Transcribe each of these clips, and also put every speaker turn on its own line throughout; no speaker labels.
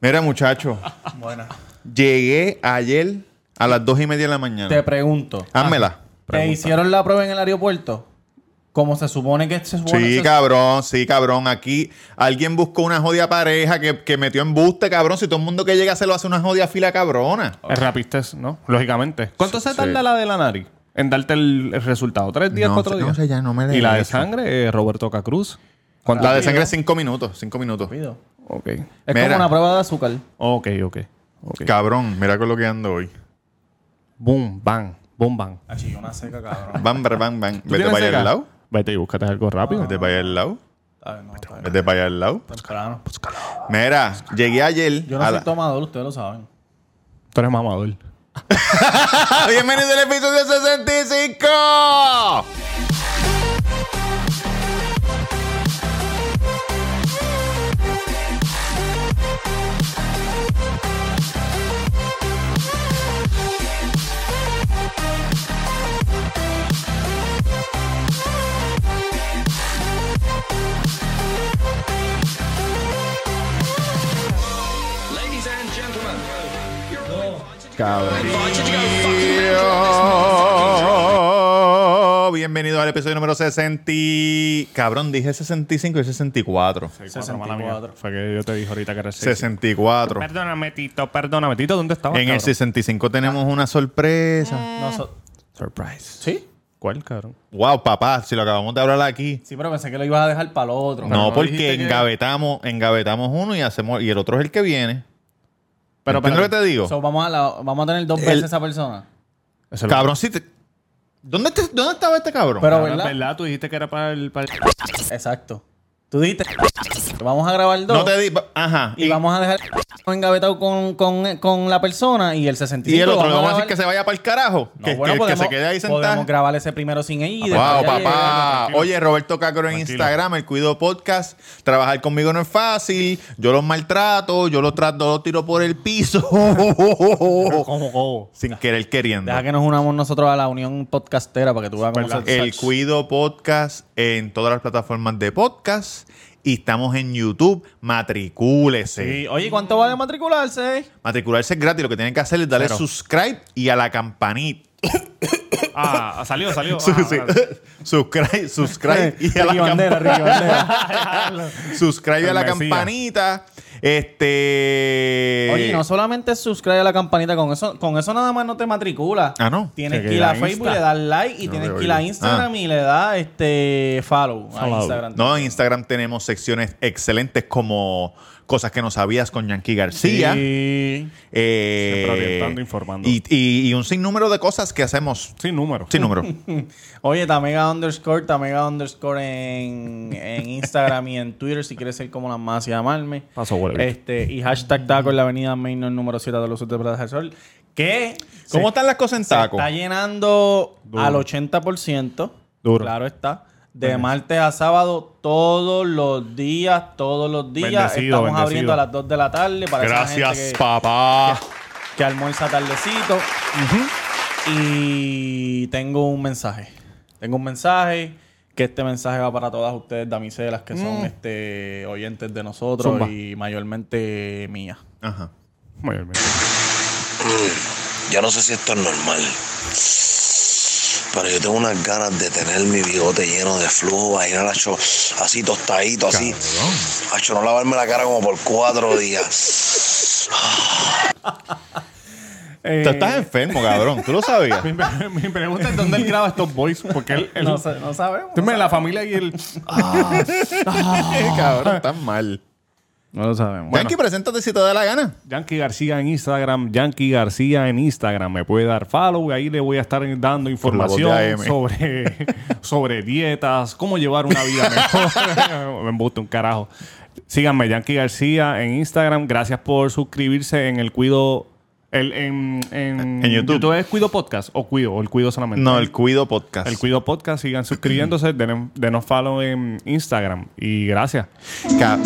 Mira, muchacho,
Buena.
llegué ayer a las dos y media de la
Te Ah,
mañana.
pregunto.
Házmela.
¿Te hicieron la prueba en el aeropuerto? Como se supone que se supone.
Sí,
se-
cabrón, sí, cabrón. Aquí alguien buscó una jodida pareja que, que metió embuste, cabrón. Si todo el mundo que llega se lo hace una jodida fila cabrona.
Es rapistez, ¿no? Lógicamente. ¿Cuánto se
Sí.
tarda la de la nariz en darte el, el resultado? ¿Tres días,
No
cuatro
sé- no
días?
sé, ya no me
¿Y la de
eso.
sangre, eh, Roberto Cacruz? ¿Cuánto?
La de sangre es cinco minutos, cinco minutos.
Pido.
Ok.
Es
Mira.
como una prueba de azúcar.
Ok, ok. ok.
Cabrón, mira con lo que ando hoy.
Boom, bang. Boom, bang.
Achí, una seca, cabrón.
Bam, bam, bam, bam.
¿Tú
Vete
tienes
para allá
seca?
al lado.
Vete y búscate algo rápido.
Vete para allá al lado.
Está bien, no, está bien.
Vete para allá al lado.
Temprano.
Mira, llegué ayer.
Yo no
a
soy
la-
tomador, ustedes lo saben.
Tú eres mamador.
Bienvenidos ¡Ah! al episodio 65.
Ladies and gentlemen,
Cabrón.
invited to go fucking
Bienvenido al episodio número 60. y- Cabrón, dije 65 y 64.
64.
Fue que yo te dije ahorita que eres sexy.
64.
Perdóname, Tito. Perdóname, Tito. ¿Dónde estabas,
En el
cabrón?
65 tenemos una sorpresa.
No so-
Surprise.
¿Sí?
¿Cuál, cabrón?
Wow, papá, si lo acabamos de hablar aquí.
Sí, pero pensé que lo ibas a dejar para el otro.
No,
no
porque
dijiste que-
engavetamos, engavetamos uno y hacemos y el otro es el que viene.
Pero,
¿Entiendes lo que
espérate.
te digo?
So, vamos, a la- vamos a tener dos veces esa persona.
Eso es lo-
Cabrón, si te... ¿Dónde, te- ¿Dónde estaba este cabrón?
Pero,
Ah,
¿verdad?
¿Verdad? Tú dijiste que era para el... para el-
Exacto. Tú dijiste. Vamos a grabar dos.
no te di... Ajá.
Y vamos a dejar engavetado con, con, con la persona y el 65.
Y el otro,
lo
le vamos a decir que
grabar-
se vaya para el carajo.
No,
que,
bueno,
que- que
podemos-
se quede ahí sentado.
Podemos grabar ese primero sin ella. y
Wow,
después ya llega-
papá. Oye, Roberto Cacro en
Tranquilo.
Instagram, el Cuido Podcast. Trabajar conmigo no es fácil. Yo los maltrato, yo los trato, los tiro por el piso. Sin querer queriendo.
Deja que nos unamos nosotros a la unión podcastera para que tú veas cómo
¿Verdad?
se-
El Cuido Podcast en todas las plataformas de podcast. Y estamos en YouTube. Matricúlese.
Sí, Oye, ¿cuánto vale matricularse?
Matricularse es gratis. Lo que tienen que hacer es darle
Claro.
subscribe y a la campanita.
Ah, salió, salió. Ah,
Sí, sí.
vale.
Subscribe, subscribe y a la
Eh, Ricky Bandera,
campanita.
Ricky Bandera.
Suscribe a
El
la
Mesías.
campanita. Este.
Oye, no solamente suscribe a la campanita, con eso, con eso nada más no te matriculas.
Ah, ¿no?
Tienes
Sí,
que
que
ir a
la
Facebook y
Insta.
le das like y tienes
te
que ir a
oigo.
Instagram y le das este follow, a
Follow.
Instagram.
Ah. No, en Instagram tenemos secciones excelentes como Cosas que no sabías con Yankee García.
Sí.
Eh,
Siempre orientando, informando.
Y, y- y un sinnúmero de cosas que hacemos.
Sin número.
Sin número.
Oye, Tamega underscore, Tamega underscore en, en Instagram y en Twitter si quieres ser como la más y llamarme.
Paso, vuelve.
Este, y hashtag taco en la avenida Main el número 7 de los Sur de Plaza del Sol. Que
¿Cómo están las cosas en
se
taco?
está llenando
Duro.
al 80%.
Duro.
Claro está. De martes a sábado, todos los días, todos los días. Estamos
Bendecido, bendecido.
abriendo a las 2 de la tarde para esa gente que-
papá.
que almuerza tardecito. Y tengo un mensaje. Tengo un mensaje que este mensaje va para todas ustedes, damiselas, que son este, oyentes de nosotros
Mm. Zumba.
y mayormente mías.
Ajá.
Mayormente.
Yo no sé si esto es normal, pero yo tengo unas ganas de tener mi bigote lleno de flujo, ahí en el hacho, así tostadito, así. Hacho, no lavarme la cara como por cuatro días.
Eh,
Tú estás enfermo, cabrón. Tú lo sabías.
Mi, pre- mi pregunta es dónde él graba estos voice. Porque él... él
No, sa- no sabemos.
Tú me la familia y él...
cabrón, estás mal.
No lo sabemos.
Yankee, preséntate si te da la gana.
Yankee García en Instagram. Yankee García en Instagram. Me puede dar follow. y Ahí le voy a estar dando
la voz de
información
AM.
sobre, sobre dietas, cómo llevar una vida mejor. Me embuste un carajo. Síganme, Yankee García en Instagram. Gracias por suscribirse en el Cuido... El, en, en,
En YouTube.
es Cuido Podcast o Cuido, o el Cuido solamente.
No, el Cuido Podcast.
El Cuido Podcast, sigan suscribiéndose, denos, denos follow en Instagram y gracias.
Ca-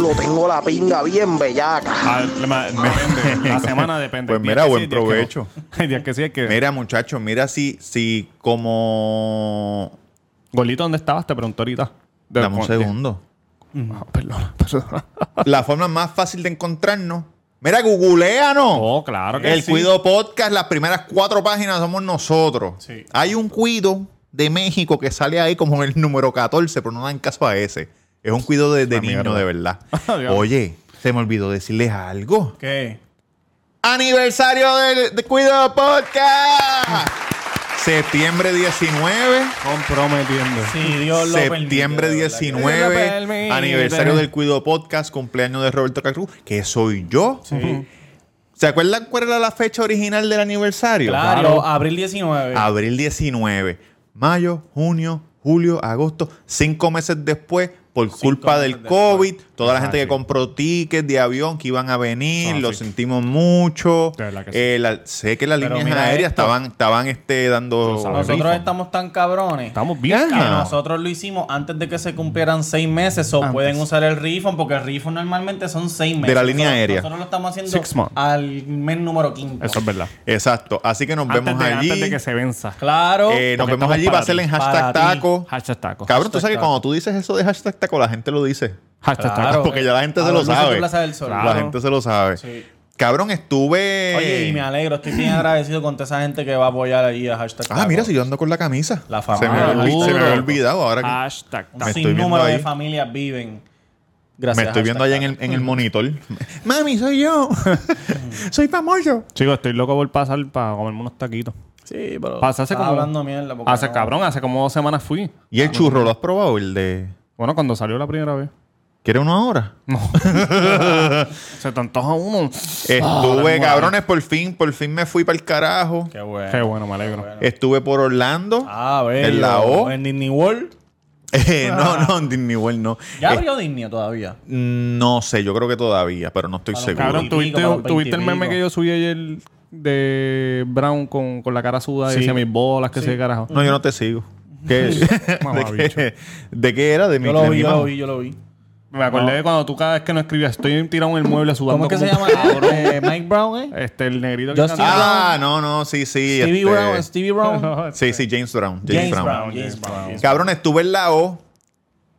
Lo tengo la pinga bien bellaca.
Ah, la, ma- depende, la semana depende.
Pues
Días
mira,
que
buen
días que no.
provecho.
Días que sí, hay que...
Mira, muchachos, mira si, si como.
Golito, ¿dónde estabas? Te pregunto este ahorita. De-
Dame un
con-
segundo.
Ah, perdona, perdona.
La forma más fácil de encontrarnos. Mira, googleanos.
Oh, claro que
El
sí.
Cuido Podcast, las primeras cuatro páginas somos nosotros.
Sí.
Hay un Cuido de México que sale ahí como el número 14, pero no dan caso a ese. Es un Cuido de,
Ah,
de niño, de verdad. Oye, se me olvidó decirles algo.
¿Qué?
Aniversario del de Cuido Podcast.
Mm.
Septiembre 19.
Comprometiendo.
Sí, Dios lo
Septiembre
permite, de verdad que-
Dios lo
19,
permite.
aniversario del Cuido Podcast, cumpleaños de Roberto Cacruz, que soy yo. ¿Se acuerdan cuál era la fecha original del aniversario?
Claro, abril 19.
Abril 19, mayo, junio, julio, agosto, cinco meses después, por culpa del
meses
COVID, toda la gente que
Exacto.
compró tickets de avión que iban a venir,
Ah,
lo
sí.
sentimos mucho.
De verdad que sí.
Eh, la- sé que las
Pero
líneas
mira
aéreas
esto.
estaban, estaban este, dando...
nosotros
Rifo.
estamos tan cabrones.
Estamos bien.
Ajá.
que
Ah.
nosotros lo hicimos antes de que se cumplieran seis meses o
Antes.
pueden usar el refund porque el refund normalmente son seis meses.
la línea
Nosotros-
aérea.
Nosotros lo estamos haciendo
Six months.
al mes número 15.
Eso es verdad.
Exacto, así que nos vemos
antes, de,
allí.
antes de que se venza.
Claro.
Eh, nos vemos
porque estamos
allí, va
para
a ser
ti,
en
para
hashtag
ti.
taco.
Hashtag taco.
Cabrón, tú sabes que
taco.
cuando tú dices eso de hashtag taco, la gente lo dice.
Hashtag
Claro.
taco.
Porque ya la gente
A
se lo
los luces de
sabe.
Plaza del Sol.
La
Claro.
gente se lo sabe.
Sí.
Cabrón, estuve.
Oye, y me alegro, estoy bien agradecido con toda esa gente que va a apoyar ahí a hashtag.
Ah, mira, si yo ando con la camisa.
La fama.
Se me,
Ah,
olvi- se me había
duro.
olvidado ahora que.
Hashtag taco.
un
me estoy viendo
sinnúmero de
ahí.
familias viven.
me
Gracias.
estoy viendo allá en el, en el monitor. Mami, soy yo. soy famoso.
Chicos, estoy loco por pasar para comerme unos taquitos.
Sí, pero.
Pasarse
estás
como-
hablando mierda. porque
Hace
no-
cabrón, hace como dos semanas fui.
¿Y
Ah,
el churro lo has probado? El de.
Bueno, cuando salió la primera vez.
¿Quieres uno ahora?
Ah,
Se te antoja uno.
Estuve, cabrones, por fin. Por fin me fui para el carajo.
Qué bueno.
Qué bueno, me alegro.
Estuve por Orlando.
Ah, ver.
En la O.
En Disney World.
Eh, no, no, en Disney World no.
Ah. Ya
Eh,
abrió Disney todavía.
No sé, yo creo que todavía, pero no estoy
Para los
seguro.
Cabrón,
Pico,
tuviste,
para los
tuviste el meme
veintipico.
que yo subí ayer de Brown con, con la cara sudada y
Sí.
decía mis bolas, que sé carajo.
No, yo no te sigo. ¿Qué- ¿De,
Mamabicho.
qué, de qué era? De mi
Yo lo
de
vi,
mi
yo
mamá.
lo vi, yo lo vi.
Me acordé de cuando tú cada vez que no escribías, estoy tirado en el mueble sudando.
¿Cómo es que se
como
llama?
un cabrón.
Eh, Mike Brown, ¿eh?
Este, el negrito que
Justin
canta.
Ah, no, no, sí, sí.
Stevie
este-
Brown, Stevie Brown.
Sí, sí, James Brown. James,
James
Brown.
Brown, James Brown.
Cabrón, estuve en la O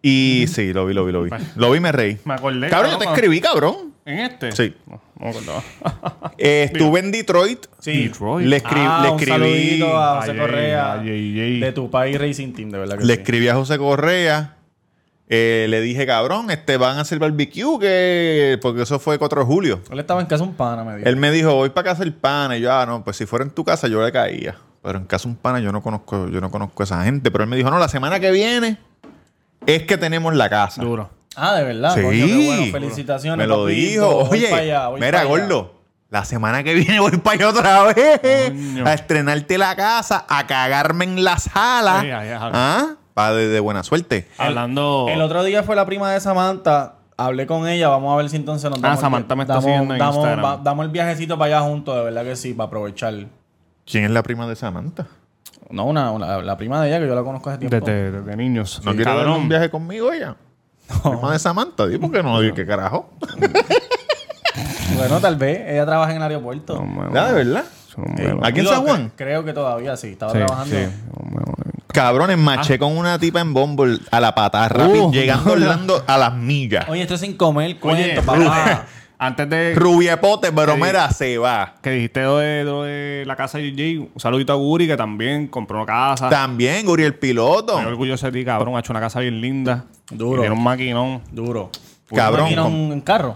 y sí, lo vi, lo vi, lo vi. Lo vi y me reí.
Me acordé,
Cabrón, yo te
cabrón.
escribí, cabrón.
¿En este?
Sí.
No, no me acordaba.
Eh, estuve en Detroit.
Sí.
Detroit.
Le, escri-
Ah,
le
un
escribí.
saludito a José
Ay,
Ah, Correa.
ay, ay, ay.
De tu país Racing Team, de verdad que
Le
sí.
escribí a José Correa. eh, le dije, cabrón, este van a hacer barbecue que. Porque eso fue 4 de julio.
Él estaba en casa un pana, me dijo.
Él me dijo, voy para casa el pana. Y yo, ah, no, pues si fuera en tu casa, yo le caía. Pero en casa un pana, yo no conozco, yo no conozco a esa gente. Pero él me dijo, no, la semana que viene es que tenemos la casa.
Duro.
Ah, de verdad.
Sí.
Coño, qué bueno. Felicitaciones.
Me lo
papito.
dijo.
Voy
Oye,
pa' allá, voy pa'
mira,
allá.
gordo. La semana que viene voy para allá otra vez.
Coño.
A estrenarte la casa, a cagarme en la sala.
Ay, ay, ay.
¿Ah? Para de, de buena suerte.
Hablando.
El otro día fue la prima de Samantha. Hablé con ella. Vamos a ver si entonces nos damos... el-
Ah, Samantha me está
damos-
siguiendo en
damos-
Instagram.
va- damos el viajecito para allá juntos, de verdad que sí, para aprovechar.
¿Quién es la prima de Samantha?
No, una, una- la prima de ella, que yo la conozco hace tiempo.
Desde, desde niños.
¿No
Sí,
quiere darle un
cabrón.
viaje conmigo ella? Prima de Samantha. Digo, ¿por qué no? Digo, ¿Qué carajo?
Bueno, tal vez. Ella trabaja en el aeropuerto.
No, me-
Ya, ¿De verdad?
eso no me-
¿Aquí en
Digo,
San Juan?
cre- Creo que todavía sí. Estaba
Sí,
trabajando.
sí. No me-
Cabrones, maché con una tipa en Bumble a la pata rápido,
Uh.
llegando a Orlando a las millas.
Oye, esto es sin comer cuento,
Ruth,
papá.
Antes de
Rubiepote, pero
Sí.
mira, se va.
que dijiste lo de, lo de la casa de JJ, un saludito a Guri que también compró una
Ah.
casa.
También, Uri, el piloto.
Estoy orgulloso de ti, cabrón. Ha hecho una casa bien linda.
Duro.
Tiene un maquinón.
Duro.
Cabrón,
Imagina
con-
pues, un, un carro.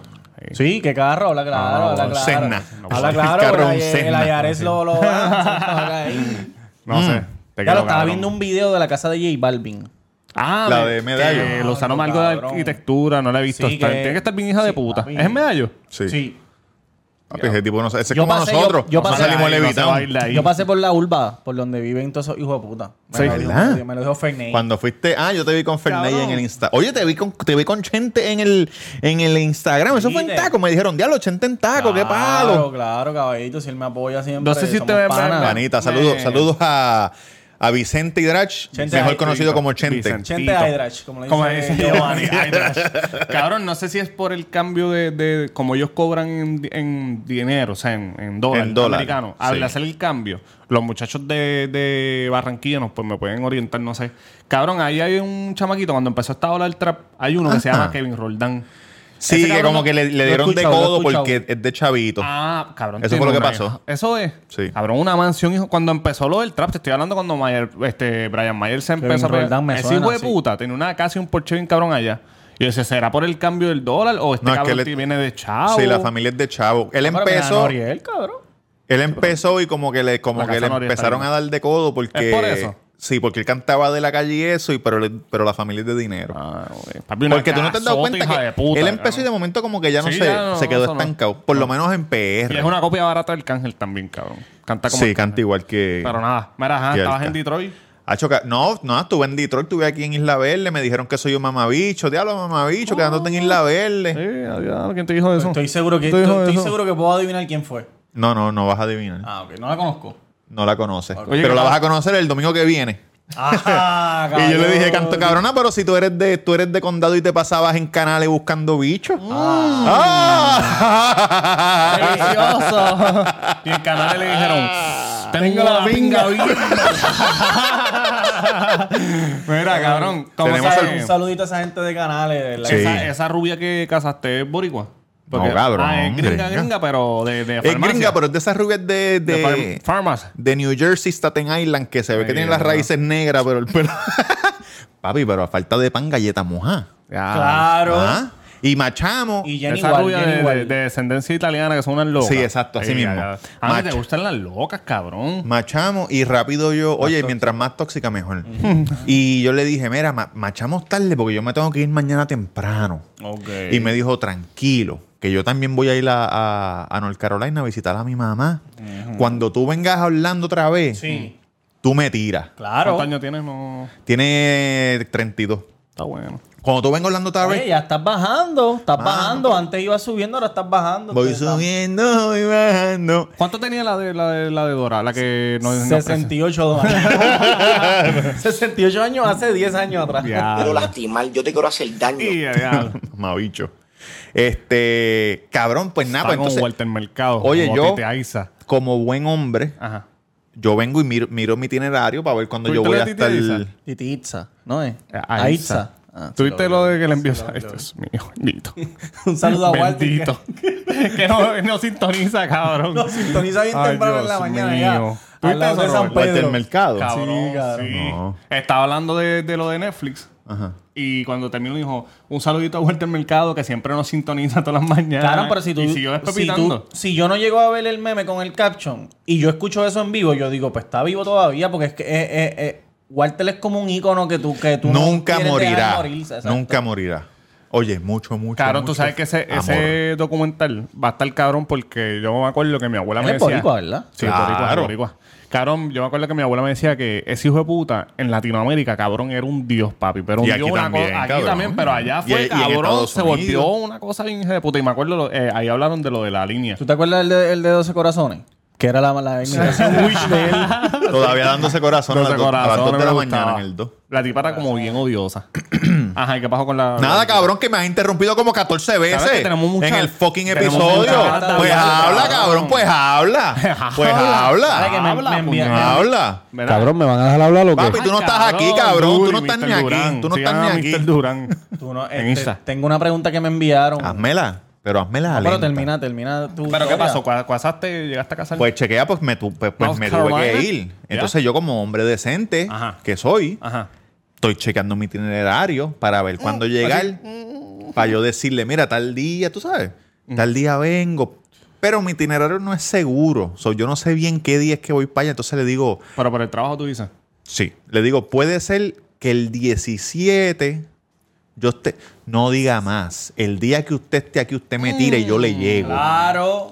Sí, ¿qué carro? Habla claro,
Ah, No,
habla
un
claro.
Senna.
Habla
El
claro,
carro
el,
es un
el
Senna.
Ayares lo... lo
No sé. Te
Claro, estaba
quedó, cabrón.
viendo un video de la casa de J Balvin.
Ah,
La
de-
de Medallo.
que Lo usaron
Cabrón,
algo de
cabrón.
arquitectura, no la he visto.
Sí,
Está-
que-
Tiene que estar bien hija de
sí,
puta.
papi.
¿Es en Medallo?
Sí. Papi, ese tipo no sa- ese es como
pasé,
nosotros.
yo- yo
no
pasé-
salimos
Ahí, no se va a
levitando.
ir de ahí.
Yo pasé por la urba, por donde viven todos esos hijos de puta. Me
Sí.
lo dijo-
¿Verdad?
Me lo dijo Fernández.
Cuando fuiste, ah, yo te vi con Fernández
Cabrón.
en el Insta. Oye, te vi con te vi con Chente en el en el Instagram. Eso fue en
¿Viste?
taco. Me dijeron, diablo, Chente en taco, qué
Claro,
palo.
claro, caballito. Si él me apoya siempre.
No sé si
somos
te-
panas.
Claro.
Panita, saludos,
Eh.
saludos a, a Vicente Hidrach,
Chente
mejor
Hy-
conocido como Chente.
Vicente.
Chente
Tito.
Hydrach, como le dice,
Como dice
Giovanni.
Giovanni. Ay, Dios. Cabrón, no sé si es por el cambio de, de como ellos cobran en, en dinero, o sea, en, en dólar,
En dólar,
americano. Al
sí.
hacer el cambio, los muchachos de, de Barranquilla nos, pues, me pueden orientar, no sé. Cabrón, ahí hay un chamaquito, cuando empezó esta ola del trap, hay uno que se
Ajá.
llama Kevin Roldán. Ese
Ah. Sí, que
cabrón
como
no-
que le, le
lo he
dieron de
escuchado, lo he
codo
escuchado.
porque es de chavito.
Ah, cabrón.
Eso
tiene
fue lo que
una
pasó.
hija. Eso es.
Sí.
Cabrón, una mansión, hijo. Cuando empezó lo del trap, te estoy hablando cuando Mayer, este, Brian Mayer se empezó a
Roldán me
Ese
suena,
hijo de
sí.
puta tenía una casa y un Porsche bien cabrón allá. Y yo decía, ¿será por el cambio del dólar o este
No, es
cabrón
que le-
que viene de chavo?
Sí, la familia es de chavo. Él
Pero me
Ah,
ganó
empezó,
Ariel, cabrón.
él empezó y como que le, como
La
que le
casa no
empezaron
oriental.
a dar de codo porque.
¿Es por eso?
Sí, porque él cantaba de la calle y eso, y pero, le- pero la familia es de dinero.
Ah, güey. Papi, una
Porque tú no te has dado
casota,
cuenta
hija
que
de puta,
él empezó y
cabrón.
de momento como que ya no
Sí,
se,
ya no,
se quedó
eso no.
estancado. Por lo menos en PR.
Y es una copia barata del Cángel también, cabrón. Canta como
sí,
el
canta
Cángel.
igual que.
Pero nada, mira, ajá,
que el
estabas en
Cángel.
Detroit.
Hacho, ca- no, no, estuve en Detroit, estuve aquí en Isla Verde, me dijeron que soy un mamabicho, diablo
Ah.
mamabicho, quedándote en Isla Verde.
Eh, adiós, ¿quién te dijo eso?
Estoy seguro que
¿Quién te dijo
estoy, estoy
eso?
seguro que puedo adivinar quién fue.
No, no, no vas a adivinar.
Ah, ok, no la conozco.
No la conoces.
Oye,
pero
que
la
la-
vas a conocer el domingo que viene.
Ah,
Y yo le dije,
cabrón.
canto cabrona, pero si tú eres de, tú eres de condado y te pasabas en canales buscando bichos. Ah.
Delicioso.
Y en Canadá le dijeron,
Ah,
Tengo la pinga bien.
Mira, cabrón, ¿cómo
Tenemos
sabes?
el-
Un saludito a esa gente de canales. la-
Sí.
Esa, esa rubia que casaste es boricua.
No, cabrón,
Ah, es gringa,
gringa.
gringa, pero de, de
Es
farmacia.
gringa, pero es de esas rubias de,
de,
de,
far- farmacia.
de New Jersey, Staten Island, que se ve que
Ay,
tienen las
verdad.
raíces negras, pero el pelo. Papi, pero a falta de pan, galleta moja.
Claro.
Ah, Y machamo.
Y Jenny
Esa
igual,
rubia
Jenny
de,
igual.
de- de descendencia italiana que son unas locas.
Sí, exacto, así
Ey,
mismo.
ya, ya. A mí
Macho.
te gustan las locas, cabrón.
Machamo y rápido yo, oye, mientras más tóxica mejor. y yo le dije, mira, ma- machamos tarde porque yo me tengo que ir mañana temprano.
Ok.
Mm. Y me dijo, tranquilo, que yo también voy a ir a, a, a North Carolina a visitar a mi mamá. Cuando tú vengas a Orlando otra vez,
Sí,
tú me tiras.
claro.
¿Cuántos años tienes? No.
Tiene 32.
Está bueno.
Cuando tú vengas a Orlando otra
Oye,
vez,
ya estás bajando, estás
Mano.
bajando. Antes iba subiendo, ahora estás bajando.
voy
Entonces,
subiendo, voy bajando.
¿Cuánto tenía la de, la de, la de Dora? La que no, no
estamos 68 dólares. 68 años hace 10 años atrás.
Quiero
Ya.
lastimar, yo te quiero hacer daño.
Ya, ya.
Mamabicho. Este, cabrón, pues nada,
Está
pues
con
entonces,
Walter Mercado.
Oye,
como
yo-
Tete Aiza.
como buen hombre,
Ajá.
yo vengo y miro, miro mi itinerario para ver cuándo
¿Tú
yo
viste
voy
la
a estar.
titiza?
Tititza, ¿no Eh, es?
A Itza.
Ah,
¿Tuviste lo de que le envió? Ay, Dios mío, bendito.
Un saludo a Walter.
Bendito. que no, no sintoniza, cabrón.
No, sintoniza bien
Ay,
temprano en
Dios
la mañana
mío.
ya.
¿Tuviste
Al lado
eso,
de San
Robert?
Walter
Pedro.
Mercado.
Cabrón,
Sí, cabrón.
sí.
No.
Estaba hablando de, de lo de Netflix.
Ajá.
Y cuando terminó dijo, un saludito a Walter Mercado que siempre nos sintoniza todas las mañanas.
Claro, pero si tú,
Y siguió
si,
despepitando.
tú- si yo no llego a ver el meme con el caption y yo escucho eso en vivo, yo digo, pues está vivo todavía porque es que eh, eh, eh, Walter es como un icono que tú, que tú no
Nunca
quieres dejar
morirá.
morirse, exacto.
Nunca morirá. Oye, mucho, mucho.
Cabrón, tú
mucho
sabes que ese,
amor.
ese documental va a estar cabrón porque yo me acuerdo que mi abuela
Él
me
es
decía...
boricua, ¿verdad?
Sí,
Claro.
boricua, es boricua. Cabrón, yo me acuerdo que mi abuela me decía que ese hijo de puta en Latinoamérica, cabrón, era un dios, papi. Pero un
Y aquí
dios, una
también,
cosa- Aquí
cabrón.
también, pero allá
Y- y
fue,
en
cabrón,
Estados
se volvió
Unidos.
una cosa bien hija de puta. Y me acuerdo, lo- eh, ahí hablaron de lo de la línea.
¿Tú te acuerdas del de, el de 12 corazones? Que era la, la imitación Wish de él.
Todavía dándose corazón a las
Doce
dos- a las
corazones
2 de la
me
mañana
gustaba.
en el 2.
La tipa era como bien odiosa. Ajá, ¿y qué pasó con la...?
Nada,
la-
cabrón, que me has interrumpido como 14 veces
Sabes que tenemos mucha-
en el fucking
tenemos
episodio.
mucha data,
pues
data,
habla,
cabrón.
cabrón, pues habla. Pues
Dale, que
habla.
me-
Habla,
me envía-
puñal.
Habla.
¿Verdad?
Cabrón, ¿me van a dejar hablar o qué?
Papi, tú no
Ay,
estás aquí, cabrón. Tú no estás
Mr.
ni aquí.
Durán.
Tú no
Sigan a
estás ni
Mr.
aquí.
Durán.
Tú no-
En
este,
Insta. Ah,
Tengo una pregunta que me enviaron.
Hazmela, pero hazmela
No, pero
lenta.
termina, termina tu
¿Pero qué
historia.
pasó? ¿Cua- ¿Cuasaste? ¿Llegaste a casar?
Pues chequea, pues me, tu- pues, pues
North
me tuve que
Carolina.
ir.
Ya.
Entonces yo como hombre decente
Ajá.
que soy,
Ajá.
estoy chequeando mi itinerario para ver cuándo
Mm,
llegar. Para yo decirle, mira, tal día, tú sabes,
Mm.
tal día vengo. Pero mi itinerario no es seguro. So, yo no sé bien qué día es que voy para allá. Entonces le digo,
Pero por el trabajo tú dices.
sí, le digo, puede ser que el 17 yo esté... No diga más. El día que usted esté aquí, usted me tira y yo le llego.
Mm. Claro.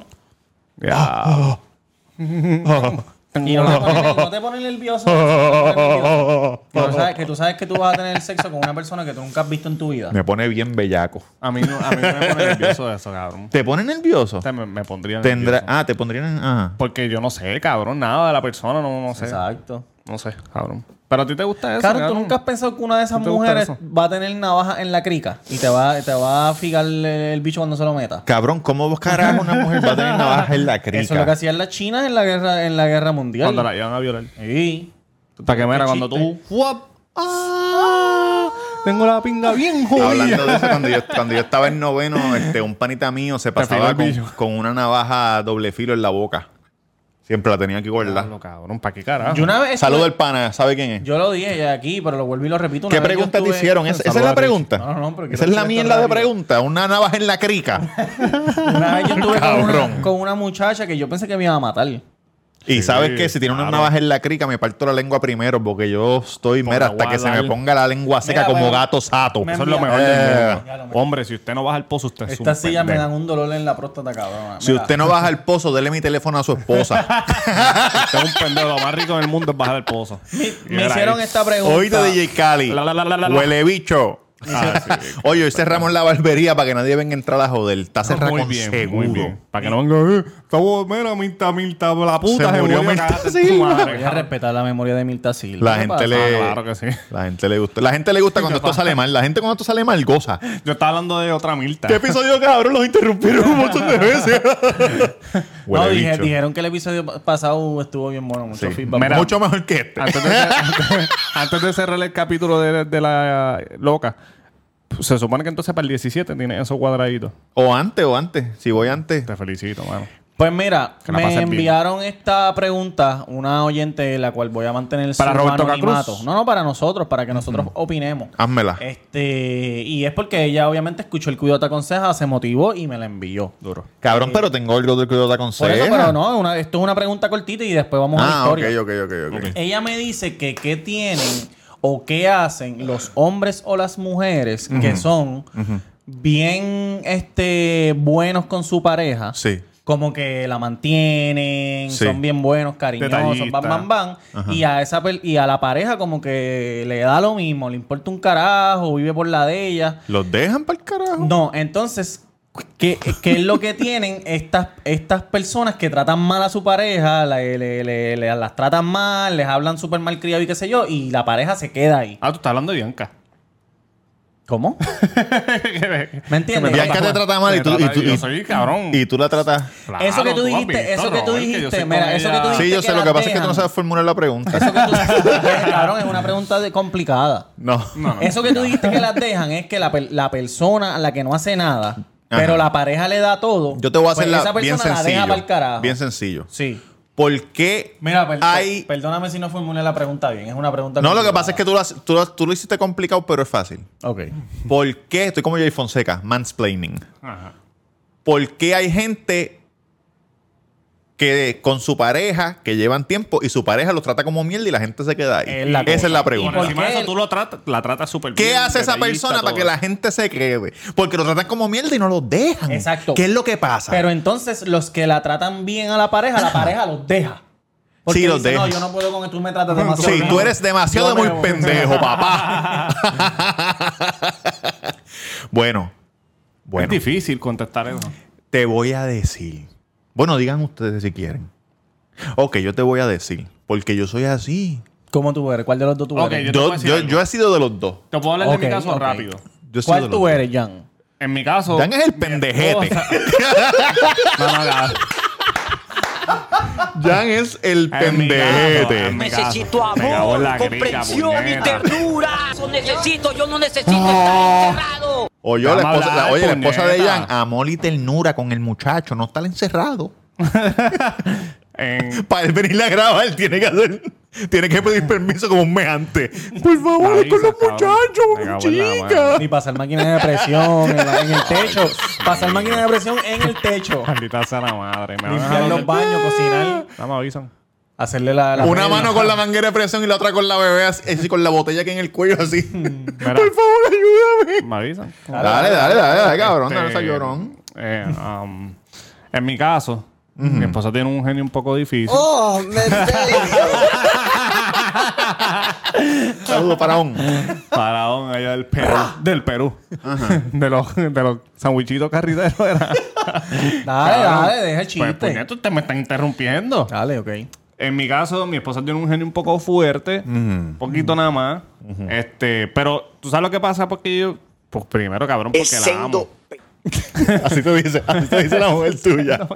Y no, te pones, no te pones nervioso. no te pones nervioso. Que tú, sabes, que tú sabes que tú vas a tener sexo con una persona que tú nunca has visto en tu vida.
Me pone bien bellaco.
A mí, no, a mí no me pone nervioso eso, cabrón.
¿Te pone nervioso?
O sea, me, me pondría
Tendrá,
nervioso.
ah, te pondrían en... Ajá.
Porque yo no sé, cabrón, nada de la persona, no, no sé.
Exacto.
No sé, cabrón. Pero a ti te gusta eso.
Claro, ¿tú
cabrón?
nunca has pensado que una de esas
¿No te gusta
mujeres
eso?
va a tener navaja en la crica y te va, te va a fijar el, el bicho cuando se lo meta?
Cabrón, ¿cómo vos carajo una mujer va a tener navaja en la crica?
Eso es lo que hacían las chinas en la guerra, en la guerra mundial.
Cuando la llevan a violar.
Sí.
Hasta que mira, cuando tú.
chiste.
¡Fuap! ¡Ah! Tengo la pinga bien jodida.
Hablando de eso, cuando yo, cuando yo estaba en noveno, este, un panita mío se
pegó el
pasaba con,
bicho.
con una navaja doble filo en la boca. Siempre la tenía que guardar.
Diablo, cabrón, ¿para qué carajo?
Yo una vez.
Saludo al pana, ¿sabe quién es?
Yo lo dije ya aquí, pero lo vuelvo y lo repito. una
¿Qué
vez yo
pregunta te
estuve-
hicieron? Esa, esa es
Saluda
la
a Rich.
pregunta.
No, no, porque
esa es
quiero
la
hacer esto
mierda de
rápido.
pregunta. Una navaja en la crica.
Una vez yo estuve con
Cabrón.
una, con una muchacha que yo pensé que me iba a matar.
Y
Sí,
sabes que si tiene una
claro.
navaja en la crica, me parto la lengua primero porque yo estoy,
Con
mira,
la
hasta que se me
guadal.
ponga la lengua seca
Mira,
como
bueno,
gato sato.
me
Eso es lo mejor
Eh.
del mundo. Hombre, si usted no baja al pozo, usted es un
Estas sillas me
pendejo.
dan un dolor en la próstata, cabrón.
Si usted no baja el pozo, dele mi teléfono a su esposa.
Usted Este es un pendejo. Lo más rico del mundo es bajar al pozo. Y
Me
era
hicieron
eh,
ahí.
esta pregunta.
Oíste, DJ Cali.
La, la, la, la, la, la.
Huele bicho. Oye, hoy cerramos la barbería para que nadie venga a entrar a joder. Está cerrada
Muy
con
bien,
seguro.
muy bien. Para que no venga, eh, está bu- mira, Minta, Minta, la puta
Se
se
murió
murió,
Mirta
cagaste en tu
Silva.
madre,
Voy a
cabrón.
respetar la memoria de Mirta Silva.
La
¿Qué
gente
pasa?
le.
Ah, claro que sí.
La gente le gusta. La gente le gusta cuando esto sale mal. La gente cuando esto sale mal goza.
Yo estaba hablando de otra Milta.
¿Qué episodio, cabrón? Los interrumpieron un montón de veces. Huele
No, dije-
bicho.
dijeron que el episodio pa- pasado estuvo bien bueno. Mucho
Sí.
feedback.
Mira,
Mucho mejor que este.
antes, de, antes- antes de cerrar el capítulo de, de la eh, loca, se supone que entonces para el 17 tiene esos cuadraditos.
O antes, o antes. Si voy antes.
Te felicito, mano.
Pues mira,
Que la
me
pasen bien.
enviaron esta pregunta, una oyente, la cual voy a mantener
Para
su
Roberto
anonimato.
Cacruz.
No, no, para nosotros, para que nosotros opinemos.
Házmela.
Este, y es porque ella obviamente escuchó el Cuidado te aconseja, se motivó y me la envió. Duro.
Cabrón, pero tengo algo del que yo te
Por
aconsejo.
eso, pero no, una- esto es una pregunta cortita y después vamos a la
Ah, ok,
historia.
ok, ok, ok.
Ella me dice que qué tienen o qué hacen los hombres o las mujeres que son bien este buenos con su pareja.
Sí.
Como que la mantienen,
Sí.
son bien buenos, cariñosos,
Detallista.
bam, bam, bam. Y a, esa per- y a la pareja como que le da lo mismo, le importa un carajo, vive por la de ella.
¿Los dejan para el carajo?
No, entonces, ¿qué, qué es lo que tienen estas, estas personas que tratan mal a su pareja? la- le- le- le- las tratan mal, les hablan súper mal criado y qué sé yo, y la pareja se queda ahí.
Ah, tú estás hablando de Bianca.
¿Cómo? ¿Me entiendes?
Bianca te trata mal y tú, y tú-
yo
y-
soy cabrón.
y tú la tratas.
Eso que tú
has
dijiste,
visto,
eso que tú
Robert, yo
dijiste,
soy
mira,
con
eso que tú
ella-
dijiste.
Sí, yo sé.
que
Lo que
las
pasa es que tú
dejan.
no sabes formular la pregunta.
Eso que tú dijiste, cabrón, es una pregunta de- complicada.
No.
Eso que tú dijiste que las dejan es que la, per- la persona a la que no hace nada, pero la pareja le da todo.
Yo te voy a
pues
hacer la
esa persona
bien
la deja
sencillo.
para el carajo.
Bien sencillo.
Sí.
¿Por qué
Mira, pues, per-
hay
per- perdóname si no formulé la pregunta bien. Es una pregunta.
No, lo que pasa es que tú lo, has- tú lo- tú lo hiciste complicado, pero es fácil.
Ok.
¿Por qué? Estoy como Jay Fonseca, mansplaining.
Ajá.
¿Por qué hay gente que con su pareja, que llevan tiempo, y su pareja los trata como mierda y la gente se queda ahí?
Es la
Esa
cosa.
es la
Y
pregunta.
por
¿Por
encima de
qué?
eso tú lo tratas, la tratas súper bien.
¿Qué hace esa
detallista,
persona para
todo.
que la gente se quede? Porque lo tratan como mierda y no los dejan.
Exacto.
¿Qué es lo que pasa?
Pero entonces, los que la tratan bien a la pareja, la pareja los deja. Porque
Sí, los
dice,
deja.
No, yo no puedo con que tú me tratas demasiado.
Sí,
bien".
tú eres demasiado
Yo
muy
me voy.
pendejo, papá. bueno,
Es
bueno,
difícil contestar eso.
te voy a decir. Bueno, digan ustedes si quieren. Ok, yo te voy a decir, porque yo soy así.
¿Cómo tú eres? ¿Cuál de los dos tú
Ok,
Yo,
eres?
te voy a decir
yo-
algo.
yo he sido de los dos.
Te puedo hablar de
Ok,
mi caso
ok.
rápido.
Yo he sido de
¿Cuál
los
tú
dos.
eres, Jan?
En mi caso.
Dan es el
mi
pendejete.
esposa- No, no, no.
Jan es el
En mi caso, en
pendejete.
mi caso. Me cago en la griga, puñeta.
ternura. Eso necesito, yo no necesito estar encerrado.
O yo, la
Vamos a
esposa, la-
hablar,
oye, la esposa de
puñeta.
Jan, amor y ternura con el muchacho, no está encerrado.
En-
Para él venir a grabar, él tiene que hacer. Tiene que pedir permiso como un mejante. Por favor,
Avisa,
con los
cabrón. Me
muchachos,
cago en la
chica.
Y pasar máquina de presión en, la- en el techo. Pasar máquina de presión en el techo.
Maldita sea la madre. Me van a
Limpiar
dejar
los baños, cocinar.
No me avisan.
Hacerle la. la
Una
regla.
mano con la manguera de presión y la otra con la bebé, así, así, con la botella aquí en el cuello, así.
Mira,
Por favor, ayúdame.
me avisan.
Dale, dale, dale, dale, cabrón.
Este,
Dale esa llorón.
eh, um, en mi caso, mi esposa tiene un genio un poco difícil.
Oh,
Saludo para un.
Faraón allá del Perú. del Perú. de los, de los sandwichitos carriteros. Era.
Dale, dale, deja el
Pues,
chiste.
puñeto, te me están interrumpiendo.
Dale, ok.
En mi caso, mi esposa tiene un genio un poco fuerte, un poquito nada más. Este, pero tú sabes lo que pasa porque yo, pues primero, cabrón, porque la amo.
Exendo.
Así te dice, así te dice la mujer tuya.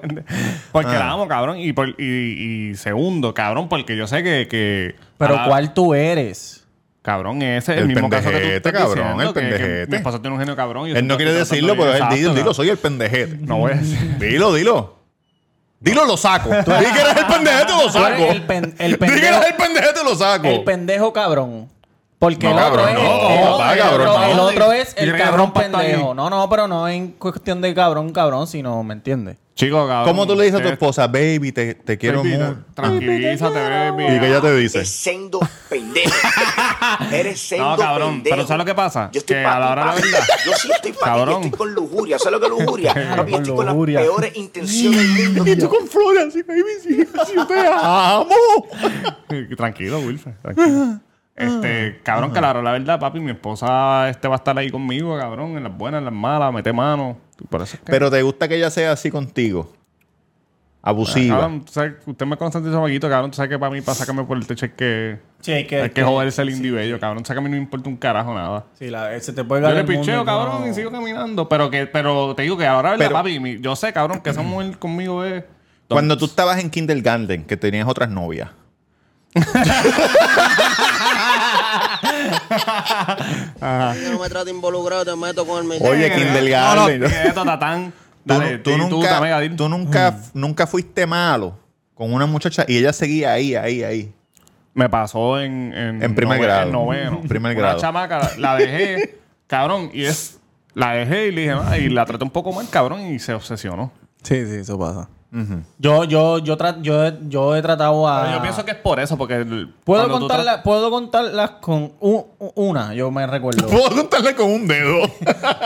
Porque
Ah.
la amo, cabrón. Y, por- y, y segundo, cabrón, porque yo sé que. que
Pero
ah,
¿cuál tú eres?
Cabrón, ese es el,
El
mismo caso que tú
pendejete,
estás
cabrón,
diciendo,
el
que- que
pendejete.
Mi esposa tiene un genio cabrón. y yo
Él no
siempre
quiere
estoy
decirlo, pero
tratando
él
de-
dilo,
Exacto,
dilo, soy el pendejete.
No voy a decir.
Dilo, dilo. Dilo, lo saco. Di que eres el pendejete, lo
Tú eres
saco.
el pen- el
Di que
pendejo-
eres el pendejete, lo
Oh.
saco.
El pendejo cabrón. Porque
No,
el
cabrón,
otro es el-
no,
el,
no, va, cabrón,
otro, el otro-
no.
el otro es
Yo creo
el
que
cabrón
rompa hasta ahí.
pendejo. No, no, pero no en cuestión de cabrón, cabrón, sino, ¿me entiendes?
Chico, cabrón.
¿Cómo tú le dices a tu
usted-
esposa, baby, te, te quiero
Eh. Baby,
mucho?
Tranquilízate, baby.
Y que ella te dice.
Exendo pendejo. Eres sendo
No, cabrón,
pendejo.
pero ¿sabes lo que pasa?
Yo estoy
Que
pa'
a la
ti,
hora de la
papi.
verdad.
Yo sí estoy pa' ti, yo
Cabrón.
estoy con lujuria. ¿Sabes lo que es lujuria? Papi, yo estoy con las
lujuria.
peores intenciones del mundo.
Y tú con flores así, baby, sí, sí, te amo.
Tranquilo, Wilfred. tranquilo. Este, cabrón, claro, la verdad, papi, mi esposa este va a estar ahí conmigo, cabrón, en las buenas, en las malas, mete mano. Por eso es que-
Pero te gusta que ella sea así contigo. Abusiva.
Cabrón, tú sabes, usted me conoce de chamaquito, cabrón, tú sabes que para mí, para sacarme por el techo es que.
Sí, hay que-
hay que
que-
joderse el individuo, cabrón. O sea, que a mí no me importa un carajo nada.
Sí, la, eh, se te puede
Yo le picheo, cabrón, y sigo caminando. Pero que, pero te digo que ahora, ¿verdad,
Pero-
papi? Mi- Yo sé, cabrón, que esa mujer conmigo es. ah,
Cuando tú estabas en kindergarten, que tenías otras novias.
No me trato involucrado, te meto con el mechón.
Oye,
No,
kindergarten.
no, quieto, tatán.
Tú,
Dale,
tú
di tú,
nunca,
dame, Adil.
tú nunca, nunca fuiste malo con una muchacha y ella seguía ahí, ahí, ahí.
Me pasó en... En,
En primer
nove-
grado.
En noveno.
En primer
Una
grado.
chamaca, la dejé, cabrón, y es... La dejé y le dije, "Ah", y la traté un poco mal, cabrón, y se obsesionó.
Sí, sí, eso pasa.
Yo, yo, yo, tra- yo, he- yo he tratado a.
Pero yo pienso que es por eso, porque... el-
Puedo
cuando tú
contarlas, puedo contarlas con u- u- una, yo me recuerdo.
Puedo contarle con un dedo.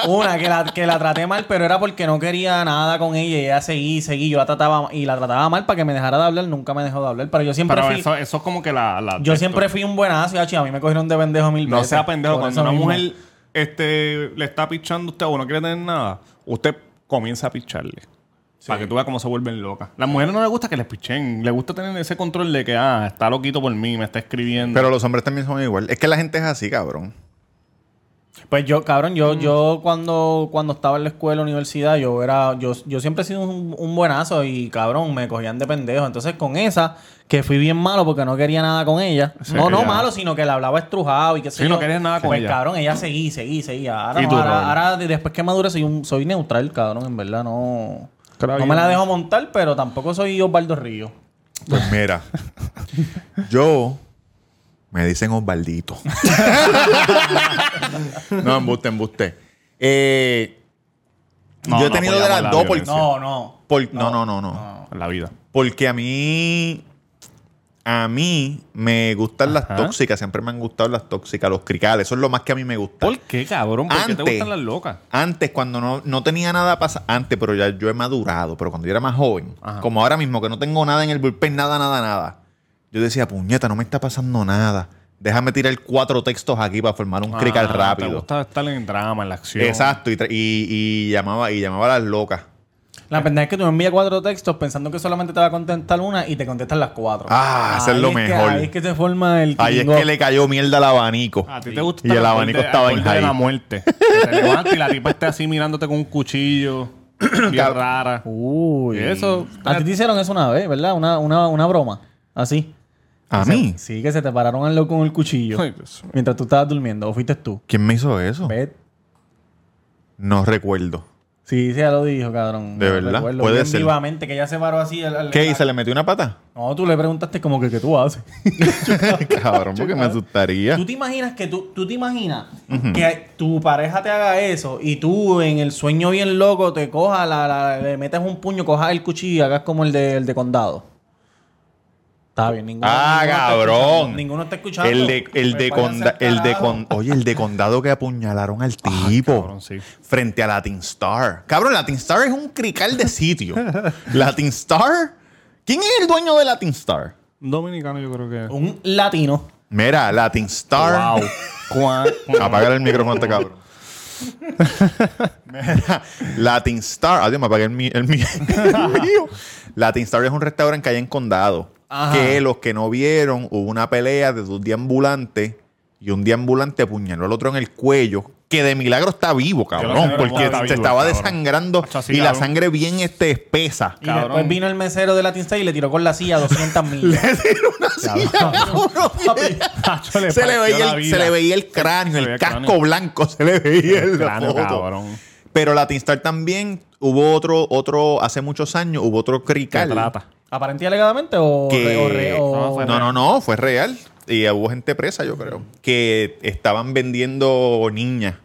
Una que la, que la traté mal, pero era porque no quería nada con ella. y Ella seguí, seguí. Yo la trataba y la trataba mal para que me dejara de hablar. Nunca me dejó de hablar. Pero yo siempre
Pero
fui.
eso, eso es como que la... la-
yo
esto.
siempre fui un buenazo, y a mí me cogieron de pendejo mil
No
veces.
sea pendejo.
Por eso
Cuando una
mismo.
mujer este, le está pichando a usted o no quiere tener nada, usted comienza a picharle. Para que tú veas cómo se vuelven locas. Las mujeres no les gusta que les pichen. Les gusta tener ese control de que, ah, está loquito por mí, me está escribiendo.
Pero los hombres también son igual. Es que la gente es así, cabrón.
Pues yo, cabrón,
Mm.
yo, yo cuando, cuando estaba en la escuela, universidad, yo era, yo, yo siempre he sido un, un buenazo y cabrón, me cogían de pendejo. Entonces con esa, que fui bien malo porque no quería nada con ella.
Sí,
no, no
ya.
malo, sino que la hablaba estrujado y que sé
Sí, no
yo.
querías nada con
Pues,
ella.
cabrón, ella seguí, seguí, seguía. Ahora,
¿Y
no,
tú,
ahora,
Raúl?
ahora, de- después que madure soy un, soy neutral, cabrón, en verdad, no.
Claro,
no
bien.
me la dejo montar, pero tampoco soy Osvaldo Río.
Pues mira, yo me dicen Osvaldito. no, embuste, embuste. Eh,
No,
yo he
no
tenido de
apoyamos
las
la
dos por,
violencia.
No, no.
por- no, no, no, no.
En la vida.
Porque a mí, a mí me gustan las
Ajá.
tóxicas. Siempre me han gustado las tóxicas, los cricales. Eso es lo más que a mí me gusta.
¿Por qué, cabrón? ¿Por qué te
Antes.
gustan las locas?
Antes, cuando no, no tenía nada pasado, antes, pero ya yo he madurado, pero cuando yo era más joven,
Ajá.
como ahora mismo que no tengo nada en el bullpen, nada, nada, nada, yo decía, puñeta, no me está pasando nada. Déjame tirar cuatro textos aquí para formar un crical
Ah, Te
rápido.
gusta estar en drama, en la acción.
Exacto, y, tra- y- y llamaba y llamaba a las locas.
La pendeja es que tú me envías cuatro textos pensando que solamente te va a contestar una y te contestan las cuatro.
Ah, eso es
Ahí
lo
que-
mejor.
ahí es que se forma el
Ahí es
tingo.
que le cayó mierda al abanico.
A ti te gusta
Y el
estar al
abanico
borde-
estaba
al
en
borde de la
high.
muerte. Que te levantas y la tipa esté así mirándote con un cuchillo. bien
Cab-
rara.
Uy.
Y eso-
A ti te hicieron eso una vez, ¿verdad? Una, una, una broma. Así.
A
Que se-
mí.
Sí, que se te pararon al loco con el cuchillo.
Ay, Dios mío.
mientras tú estabas durmiendo. ¿O fuiste tú?
¿Quién me hizo eso?
¿Ves?
No recuerdo.
Sí, sí, ya lo dijo, cabrón.
¿De
Lo
verdad?
recuerdo
Puede
bien
ser.
Vivamente, que ella se paró así. al- al-
¿Qué? ¿Y
al-
se le metió una pata?
No, tú le preguntaste como que, ¿qué tú haces?
Cabrón, porque me asustaría.
¿Tú te imaginas que tú, tú te imaginas que tu pareja te haga eso y tú en el sueño bien loco te coja, la, la- le metes un puño, cojas el cuchillo y hagas como el de, el de condado? Está bien, ninguno.
Ah,
ninguno está
cabrón.
escuchando, Ninguno está escuchando.
El de, el de,
Pues
conda-
váyanse al
el de
carajo.
con- oye, el de condado que apuñalaron
Ah,
al tipo
cabrón, sí.
frente a Latin Star. Cabrón, Latin Star es un crical de sitio. Latin Star. ¿Quién es el dueño de Latin Star?
Un dominicano yo creo que...
Un latino.
Mira, Latin Star.
Cuán-
Apagar el micrófono, este cabrón. Mira, Latin Star. Adiós, me apagué el, mi- el mi- el mío. Latin Star es un restaurante que hay en condado.
Ajá.
que los que no vieron, hubo una pelea de dos deambulantes y un deambulante apuñaló al otro en el cuello, que de milagro está vivo,
Que la
cabrón,
sangre
porque
está
se
vivo,
estaba
cabrón.
desangrando
Hacho, así,
y la
cabrón.
sangre bien este, espesa.
Y después vino el mesero de la tinta y le tiró con la silla 200 mil.
Hacho, le
se, le
partió
veía
la
el,
vida.
se le veía el cráneo,
Se
el
veía el
casco
cráneo.
blanco, se le veía el
Cráneo, cabrón.
Pero la Tinstar también hubo otro, otro, hace muchos años, hubo otro
Qué
crical.
trata.
Aparentemente alegadamente o,
Que-
re- o re- o-
No, fue-
No, no, no, fue real. Y hubo gente presa, yo creo. Que estaban vendiendo niñas,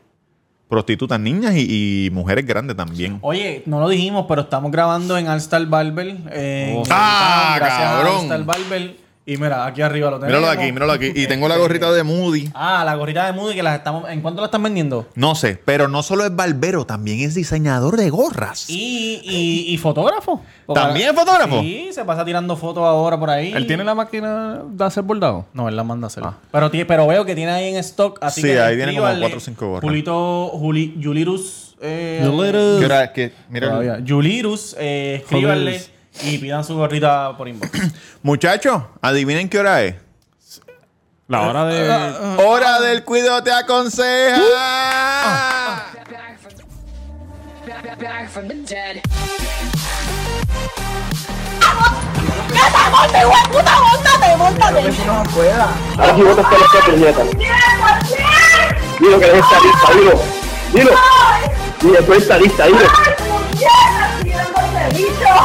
prostitutas niñas y, y mujeres grandes también.
Oye, no lo dijimos, pero estamos grabando en All-Star Barber. eh,
Oh.
en-
Ah,
gracias a
cabrón.
All-Star Barber. Y mira, aquí arriba lo tenemos.
Míralo aquí, míralo aquí. Y tengo la gorrita de Moody.
Ah, la gorrita de Moody que las estamos... ¿En cuánto la están vendiendo?
No sé, pero no solo es barbero, también es diseñador de gorras.
Y, y, y fotógrafo. Porque-
¿También es fotógrafo?
Sí, se pasa tirando fotos ahora por ahí.
Él tiene la Ah. máquina de hacer bordado.
No, él la manda a hacer. Pero, ti- pero veo que tiene ahí en stock. Así
Sí,
que
ahí vienen como
escríbanle.
cuatro o cinco gorras.
Julito, Juli, Julirus. eh,
¿Qué hora? ¿Qué? Mira.
todavía. Julirus, eh, escríbanle y pidan su gorrita por inbox.
Muchachos, adivinen qué hora es.
La hora
Ah,
de.
Hora del cuido te
Uh. Ah.
aconseja.
back from back, back from the dead.
Aquí vos te estás haciendo puñeta. Dilo que eres estadista, dilo. Dilo. Dilo, tú eres estadista, dilo.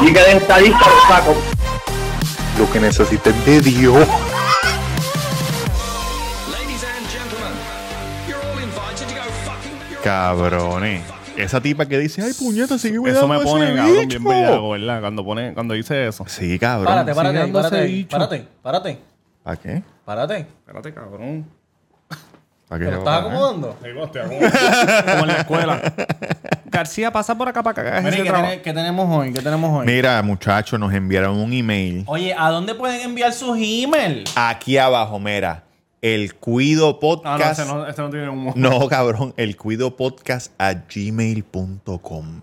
Y que eres estadista, lo saco. Lo que necesites de Dios.
Ladies and gentlemen, you're all invited to go fucking. You're
Cabrones. Esa tipa que dice, ay puñeta, sigue
Eso
cuidando
me
a ese
pone, cabrón, bien
bicho".
bellaco, ¿verdad? Cuando, pone, cuando dice eso.
Sí, cabrón.
Párate, párate, ahí,
siguiendo
párate,
ese
ahí,
bicho.
párate, párate,
¿Para qué?
párate.
Espérate, cabrón.
¿Para qué?
¿Te lo
le
estás
voy a pagar?
acomodando?
Como en la escuela. García, pasa por acá para que hagas
Mira, ¿y
ese
¿qué,
trabajo.
tiene- qué tenemos hoy? ¿Qué tenemos hoy?
Mira, muchachos, nos enviaron un email.
Oye, ¿a dónde pueden enviar sus emails?
Aquí abajo, mira. El cuido
Ah, no,
podcast.
este no, este no tiene humo.
No, cabrón, el cuido podcast a gmail.com.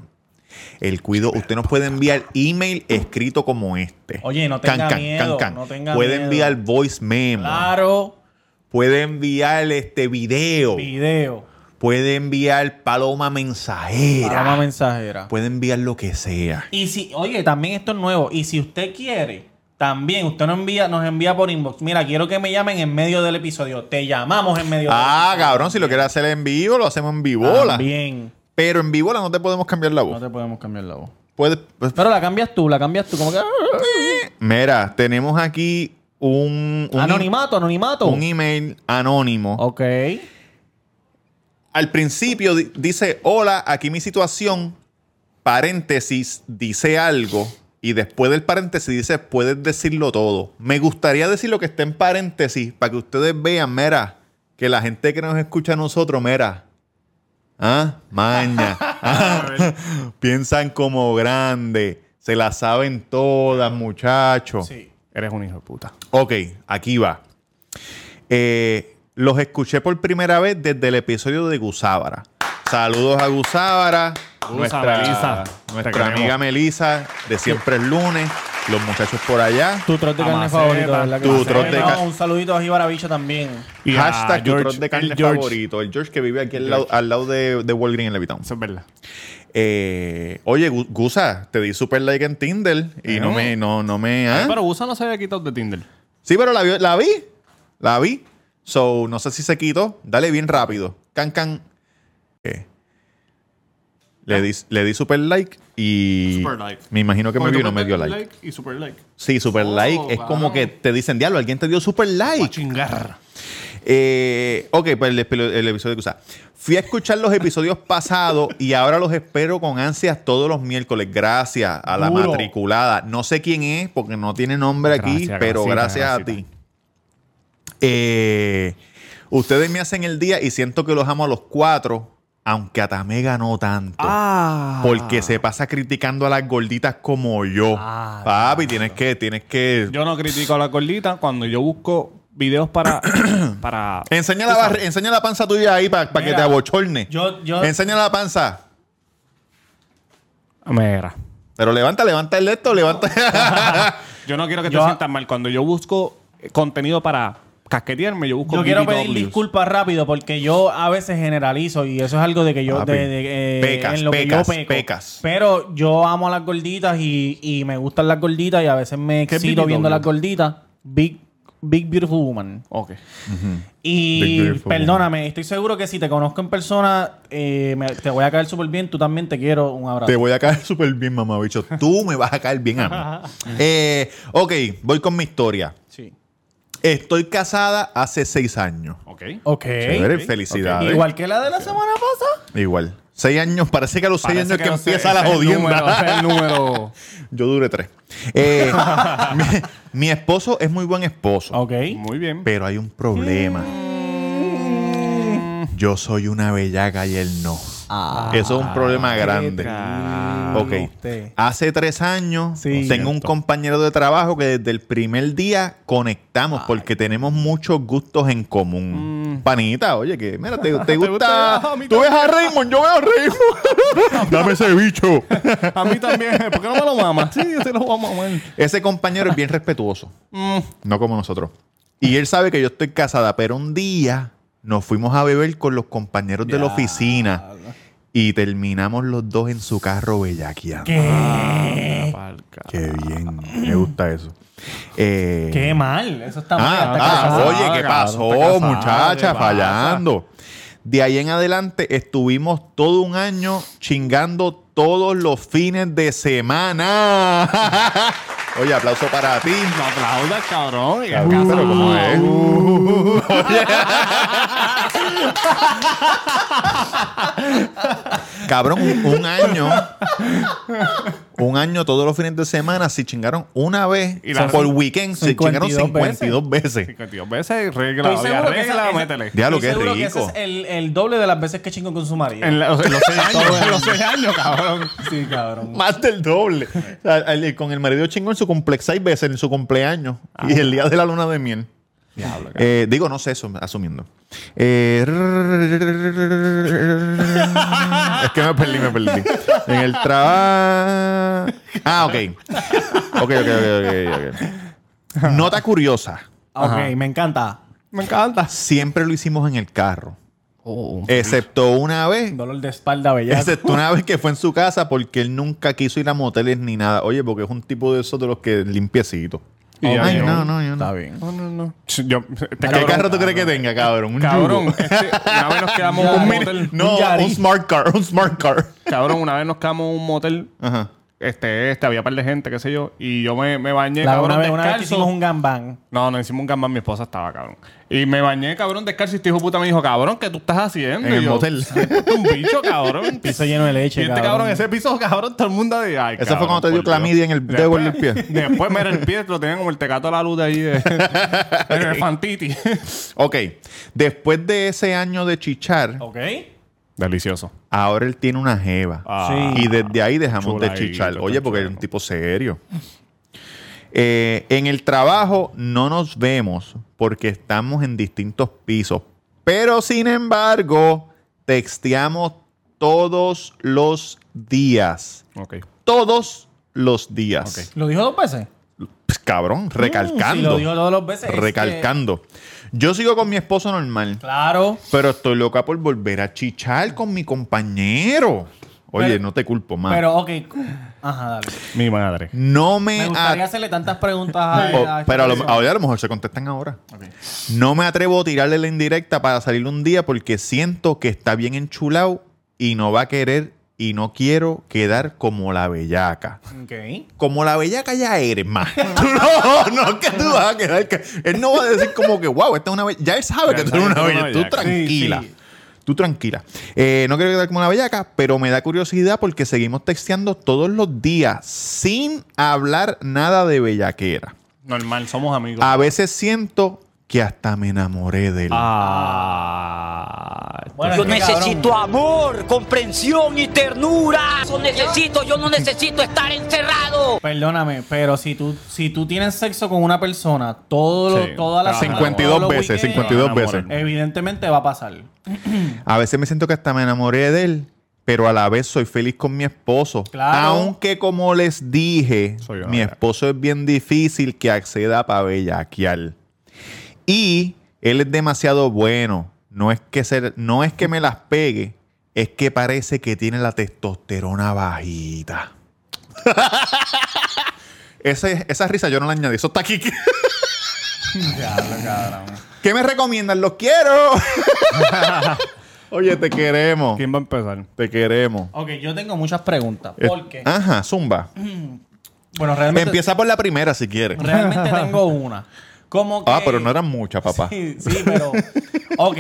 El cuido, usted nos puede enviar email escrito como este.
Oye, no tenga miedo, no tenga
puede
miedo.
enviar voice memo,
Claro,
puede enviar este video,
video,
puede enviar paloma mensajera,
llama mensajera.
puede enviar lo que sea.
Y si, oye, también esto es nuevo. Y si usted quiere, también usted nos envía, nos envía por inbox. Mira, quiero que me llamen en medio del episodio. Te llamamos en medio
Ah,
del episodio.
cabrón, si lo quiere hacer en vivo, lo hacemos en vivola.
Bien.
Pero en vivola no te podemos cambiar la voz.
No te podemos cambiar la voz.
Puede- pues,
Pero la cambias tú, la cambias tú. Como que. ah,
mira, tenemos aquí un, un-
anonimato, anonimato.
un email anónimo.
ok.
Al principio di- dice, hola, aquí mi situación, paréntesis, dice algo, y después del paréntesis dice, puedes decirlo todo. Me gustaría decir lo que está en paréntesis para que ustedes vean, mira, que la gente que nos escucha a nosotros, mira, ah, maña, Ah, piensan como grande, se la saben todas, muchachos.
Eres un hijo de puta.
Ok, aquí va. Eh, los escuché por primera vez desde el episodio de Gusábara. Saludos a Gusábara,
Gusa,
nuestra,
Melissa, te
nuestra
queremos.
amiga Melissa de siempre el lunes, los muchachos por allá.
Tu trot de carne
Amaceta,
favorito, ¿verdad? que
tu
sí?
trot de
No,
ca-
Un saludito a Jíbara Bicho también.
Y a
Hashtag tu
Ah, George,
troz de carne
el George.
favorito, el George que vive aquí al lado, al lado de, de Walgreens en Levitown.
Eso es verdad.
Eh, oye, Gu- Gusa, te di super like en Tinder y no,
Bueno.
me, no, no me. ¿ah?
Eh. Pero Gusa no se había quitado de Tinder.
Sí, pero la vi, la vi. La vi. So, no sé si se quitó. Dale bien rápido. Can, can. Eh. Le, di, le di super like y.
Super like.
Me imagino que me vio y no me dio like.
Y super like.
Sí, super
Oh,
like. Es
wow.
como que te dicen, diablo, alguien te dio super
A
like.
chingar.
Eh, ok, pues el, espe- el episodio que usa. Fui a escuchar los episodios pasados y ahora los espero con ansias todos los miércoles. Gracias a la
Duro.
matriculada. No sé quién es porque no tiene nombre aquí,
Gracias,
pero gracias,
gracias,
a ti.
gracias.
Eh, ustedes me hacen el día y siento que los amo a los cuatro, aunque a Tamega no tanto.
Ah.
Porque se pasa criticando a las gorditas como yo.
Ah,
Papi, tienes que, tienes que.
Yo no critico a la gordita cuando yo busco videos para. para
Enseña la, barri- enseña la panza tuya ahí para que
Mira,
te abochorne.
yo- yo-
Enseña la panza.
Mira.
Pero levanta, levanta el leto, levanta.
Yo no quiero que te
Yo-
sientas mal. Cuando yo busco contenido para casquetearme, yo busco
Yo quiero
BBWs.
pedir disculpas rápido porque yo a veces generalizo y eso es algo de que yo.
Papi,
de- de- eh,
pecas,
en lo que yo
pecas,
peco.
pecas.
Pero yo amo a las gorditas y, y me gustan las gorditas y a veces me
¿Qué es
excito viendo
BBW?
las gorditas. Big, Big Beautiful Woman.
Ok.
Big
Y
Beautiful
perdóname, estoy seguro que si te conozco en persona, eh, me- te voy a caer súper bien. Tú también te quiero. Un abrazo.
Te voy a caer súper bien, mamá, bicho. Tú me vas a caer bien a mí. Eh, ok, voy con mi historia.
Sí.
Estoy casada hace seis años.
Ok.
Ok.
Chévere, felicidades.
Igual que la de la semana pasada.
Igual. Seis años, parece que a los seis
Parece
años que,
no sé,
empieza la
ese es el número, ese es
jodienda.
el número.
Yo duré tres. Eh, mi, mi esposo es muy buen esposo,
Ok.
Muy bien.
pero hay un problema. Yo soy una bellaca y él no. Eso es un problema grande. Ok.
Usted.
Hace tres años
Sí.
tengo un compañero de trabajo que desde el primer día conectamos porque tenemos muchos gustos en común. Panita, oye, que mira, te, Mm. te gusta.
gusta? A mí
Tú ves a Raymond, yo veo a Raymond. Dame ese bicho.
A mí también. ¿Por qué no me lo mamas? Sí, yo te lo voy a mamar.
ese compañero es bien respetuoso. No como nosotros. Y él sabe que yo estoy casada, pero un día nos fuimos a beber con los compañeros de la oficina y terminamos los dos en su carro bellaqueando.
Ah.
Qué bien, me gusta eso. Eh,
Qué mal. Eso está mal.
Ah,
está
ah,
casado.
oye, ¿qué
cabrón,
pasó,
está casado, ¿qué
muchacha?
pasa?
Fallando. De ahí en adelante estuvimos todo un año chingando todos los fines de semana. oye, aplauso para ti.
No aplaudas, cabrón. Y
Cabrón, pero ¿cómo es? Oye. Cabrón, un, un año. Un año todos los fines de semana si chingaron una vez.
Y la-
por weekend si chingaron
52
52 veces.
52 veces, regla,
Estoy
oye,
seguro que
regla,
esa- esa-
métele.
Ya lo
estoy
que es
seguro
rico.
ese es el, el doble de las veces que chingo con su marido.
En, la- o sea, en los 6 años, en los 6 años, cabrón.
Sí, cabrón.
Más del doble. O sea, al- el- con el marido chingón en su complex seis veces en su cumpleaños
Ah.
y el día de la luna de miel. Eh, digo, no sé eso, asumiendo. Eh, es que me perdí, me perdí. En el trabajo. Ah, ok. Ok, ok, ok, ok, ok. Nota curiosa.
Ok, me encanta.
Me encanta. Oh.
Siempre lo hicimos en el carro. Excepto una vez
Dolor de espalda, bellaco.
Excepto una vez que fue en su casa porque él nunca quiso ir a moteles ni nada. Oye, porque es un tipo de esos de los que limpiecito.
Y ya
Ay,
yo-
no, no, yo no.
Está bien.
No, no, no. Yo,
¿Qué
te cabrón,
carro tú crees que tenga, cabrón? Un
Cabrón,
Yugo.
este, una vez nos quedamos en
Ya,
un
ya.
motel.
No,
un Yaris.
un smart car, un smart car.
Cabrón, una vez nos quedamos en un motel.
Ajá.
Este, este, había par de gente, qué sé yo. Y yo me, me bañé,
La
cabrón,
una, vez, una vez que
descalzo.
hicimos un gambán.
No, no hicimos un gambán, mi esposa estaba, cabrón. Y me bañé, cabrón, descalzo. Y este hijo de puta me dijo, cabrón, ¿qué tú estás haciendo?
En
Y
el
yo,
motel.
"Sí, puto, un bicho, cabrón.
Piso lleno de leche,
Y este
cabrón.
cabrón, ese piso, cabrón, todo el mundo de ay,
Esa fue
cabrón,
cuando te dio
por Dios".
clamidia en el dedo del pie.
Después, mira, el pie lo tenían como el tecato a la luz de ahí de, de elefantitis.
Ok. Después de ese año de chichar,
Ok.
Delicioso.
ahora él tiene una jeva.
Ah.
Ah,
Y desde ahí dejamos de
Chula ahí,
chichar.
tú
Oye,
tan
porque
chula,
era un
¿no?
tipo serio. Eh, en el trabajo no nos vemos porque estamos en distintos pisos. Pero sin embargo, texteamos todos los días.
Ok.
Todos los días.
¿Lo dijo dos veces?
Pues, cabrón,
Mm, sí, lo
recalcando.
dijo todas las veces. es que-
recalcando. Yo sigo con mi esposo normal,
Claro.
pero estoy loca por volver a chichar con mi compañero. Oye,
Pero-
no te culpo, más.
Pero, ok. Ajá, dale.
Mi madre.
No me,
Me gustaría
a-
hacerle tantas preguntas a,
Oh,
a esta
pero a lo,
persona.
ahora a lo mejor se contestan ahora. No me atrevo a tirarle la indirecta para salir un día porque siento que está bien enchulado y no va a querer y no quiero quedar como la bellaca.
Ok.
Como la bellaca ya eres más. Tú no, no es que tú vas a quedar. que- él no va a decir como que, wow, esta es una bellaca. Ya él sabe
Ya
que
él
tú eres
sabe que
una
tú eres
bellaca.
una
Tú
bellaca.
tranquila.
Sí, sí.
Tú tranquila. Eh, no quiero quedar como una bellaca, pero me da curiosidad porque seguimos texteando todos los días sin hablar nada de bellaquera.
Normal, somos amigos.
A veces siento que hasta me enamoré de él.
Ah.
Bueno,
Yo
es que,
necesito
cabrón,
amor, comprensión y ternura. Yo necesito, yo no necesito estar encerrado.
Perdóname, pero si tú, si tú tienes sexo con una persona todo lo-
Sí.
todas las
Ah,
semanas,
52
todos los
veces,
weekends,
52 veces.
Evidentemente va a pasar.
A veces me siento que hasta me enamoré de él, pero a la vez soy feliz con mi esposo.
Claro.
Aunque como les dije,
Soy una
mi
bellaca.
esposo es bien difícil que acceda para bellaquear. Y él es demasiado bueno. No es que ser, no es que me las pegue, es que parece que tiene la testosterona bajita. Ese- esa risa yo no la añadí. Eso está aquí. ¿Qué me recomiendan? ¡Los quiero! Oye, te queremos.
Eh, ¿Quién va a empezar?
Te queremos.
Ok, yo tengo muchas preguntas.
Eh,
¿Por qué?
Ajá, zumba.
Bueno, realmente,
Empieza por la primera si quieres.
realmente tengo una. Como que,
Ah, pero no eran muchas, papá.
Sí, sí, pero. Ok.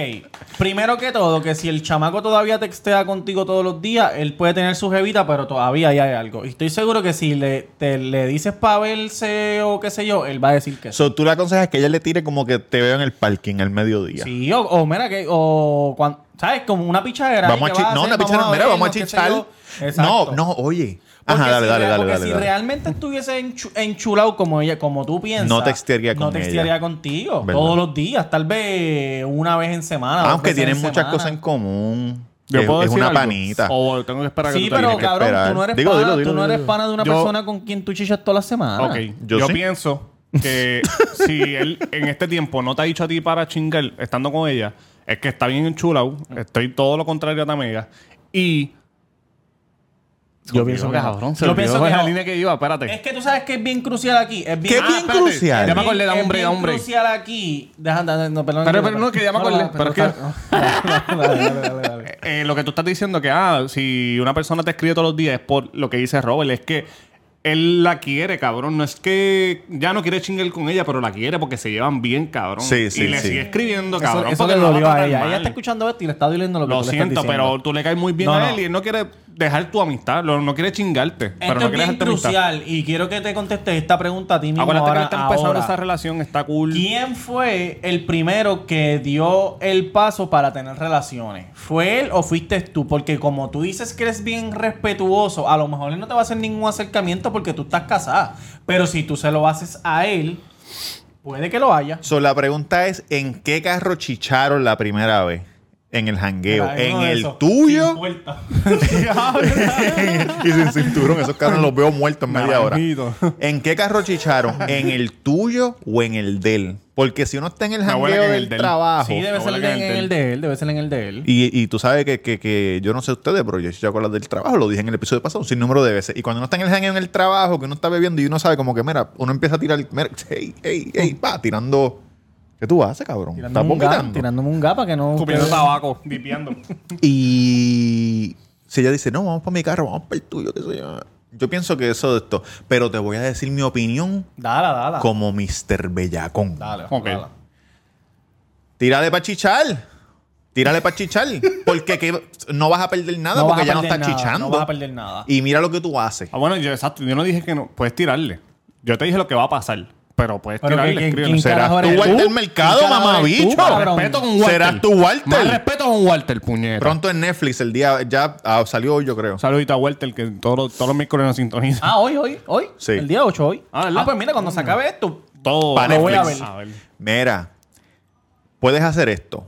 Primero que todo, que si el chamaco todavía textea contigo todos los días, él puede tener su jevita, pero todavía ahí hay algo. Y estoy seguro que si le, te- le dices para verse o qué sé yo, él va a decir que sí.
So, tú le aconsejas que ella le tire como que te veo en el parking al mediodía.
Sí, o, o mira que. O cuando, ¿Sabes? Como una pichadera.
Vamos a
ahí que vas
chichar. No,
hacer,
una pichera, mira, vamos a
vernos, qué sé
chichar.
yo. Exacto.
No, no, oye.
Porque
Ajá, dale,
si
dale,
rea-
dale,
porque
dale.
si
dale.
realmente estuviese enchu- enchulado como ella, como tú piensas,
No textearía con
no textearía
ella.
contigo
¿Verdad?
todos los días, tal vez una vez en semana. dos
Aunque
veces
Ah, tienen
en
muchas
semana.
cosas en común.
Yo
es
puedo
es
decir
una
algo?
panita.
O tengo que esperar
Sí,
que tú
pero
termines.
cabrón,
esperar.
tú no eres
Digo,
pana,
dilo, dilo,
tú no
dilo,
eres
dilo.
pana de una
Yo-
persona con quien tú chichas todas las semanas.
Ok,
Yo
yo,
sí.
pienso que si él en este tiempo no te ha dicho a ti para chingar estando con ella, es que está bien enchulado. Estoy todo lo contrario a tu amiga. Y.
Yo pienso que no.
cabrón, se
Yo
olvidó
pienso
cuál
que
es la
no.
línea que iba, espérate. Ah,
Es que tú sabes que es bien crucial aquí. Es bien,
¿Qué bien
espérate.
crucial?
Ya me acordé, da
es
un break,
bien
da un break.
crucial aquí. Deja, deja- no, perdón.
Pero- pero no, que ya me acordé, pero es que-
está- Dale, dale, dale, dale.
Eh, lo que tú estás diciendo que, ah, si una persona te escribe todos los días es por lo que dice Robert, es que él la quiere, cabrón. No es que ya no quiere chingar con ella, pero la quiere porque se llevan bien, cabrón.
Sí, sí,
Y le
sí.
sigue escribiendo,
Eso-
cabrón.
Eso
porque
le
no la
dolió
va
a
tratar
ella.
mal.
Ella está escuchando esto y le está doliendo lo que tú
Lo
le estás
siento,
diciendo.
pero tú le caes muy bien
No,
a
no.
él y él no quiere dejar tu amistad, lo- no quiere chingarte, pero
Esto
no
es
quiere
bien
dejar tu amistad.
crucial y quiero que te contestes esta pregunta a ti mismo.
Acuérdate que
ahora,
él está empezando
ahora.
esa relación, está cool.
¿Quién fue el primero que dio el paso para tener relaciones? ¿Fue él o fuiste tú? Porque como tú dices que eres bien respetuoso, a lo mejor él no te va a hacer ningún acercamiento porque tú estás casada. Pero si tú se lo haces a él, puede que lo haya.
So, la pregunta es: ¿en qué carro chicharon la primera vez? En el jangueo.
Era
¿En
uno de
el
esos sin
tuyo?
puerta.
y sin cinturón. Esos carros los veo muertos en media hora.
Naranjito.
¿En qué carro chicharon? ¿En el tuyo o en el de él? Porque si uno está en el
Mi abuela
jangueo
que en el
del
de él.
trabajo.
Sí, debe
Ojo,
ser
abuela, que
en
en el
el de él, debe ser en el de él.
Y, y tú sabes que, que- que yo no sé ustedes, pero yo he chichado con las del trabajo, lo dije en el episodio pasado, sin número de veces. Y cuando uno está en el jangueo en el trabajo, que uno está bebiendo y uno sabe como que, mira, uno empieza a tirar, mira, hey, hey, hey, va, tirando. ¿Qué tú haces, cabrón? ¿Estás
un gap,
vomitando?
tirándome un gapa que no...
Escupiendo
ustedes-
tabaco, vipiando.
Y si ella dice, no, vamos para mi carro, vamos para el tuyo, qué sé yo. Yo pienso que eso de esto. Pero te voy a decir mi opinión
Dala, dala.
como Mr. Bellacón.
Dale,
Ok.
dala.
Tírale para chichar. Tírale para chichar. Porque que- no vas a perder nada
No vas
porque
a
ya no
perder
estás
nada,
chichando.
No vas a perder nada.
Y mira lo que tú haces.
Ah, bueno, yo exacto, yo no dije que no, puedes tirarle. Yo te dije lo que va a pasar, pero puedes
Pero que-
tirarle,
que-
escríbele.
que-
Será-
¿Serás
carajo
tú
eres
Walter
tú?
Mercado,
¿Quién carajo
mamabicho?
eres tú, cabrón?
respeto con Walter.
¿Serás tú Walter?
Más respeto con Walter, puñeta.
Pronto en Netflix, el día ya ah, salió hoy, yo creo.
Un saludito a Walter, que todos todos los miércoles nos sintoniza.
Ah, hoy, hoy, hoy.
Sí.
El día 8, hoy.
Ah,
Ah,
¿verdad?
pues mira, cuando se
Mm.
acabe esto.
todo.
Pa'
lo voy a ver.
Netflix. Mira, puedes hacer esto.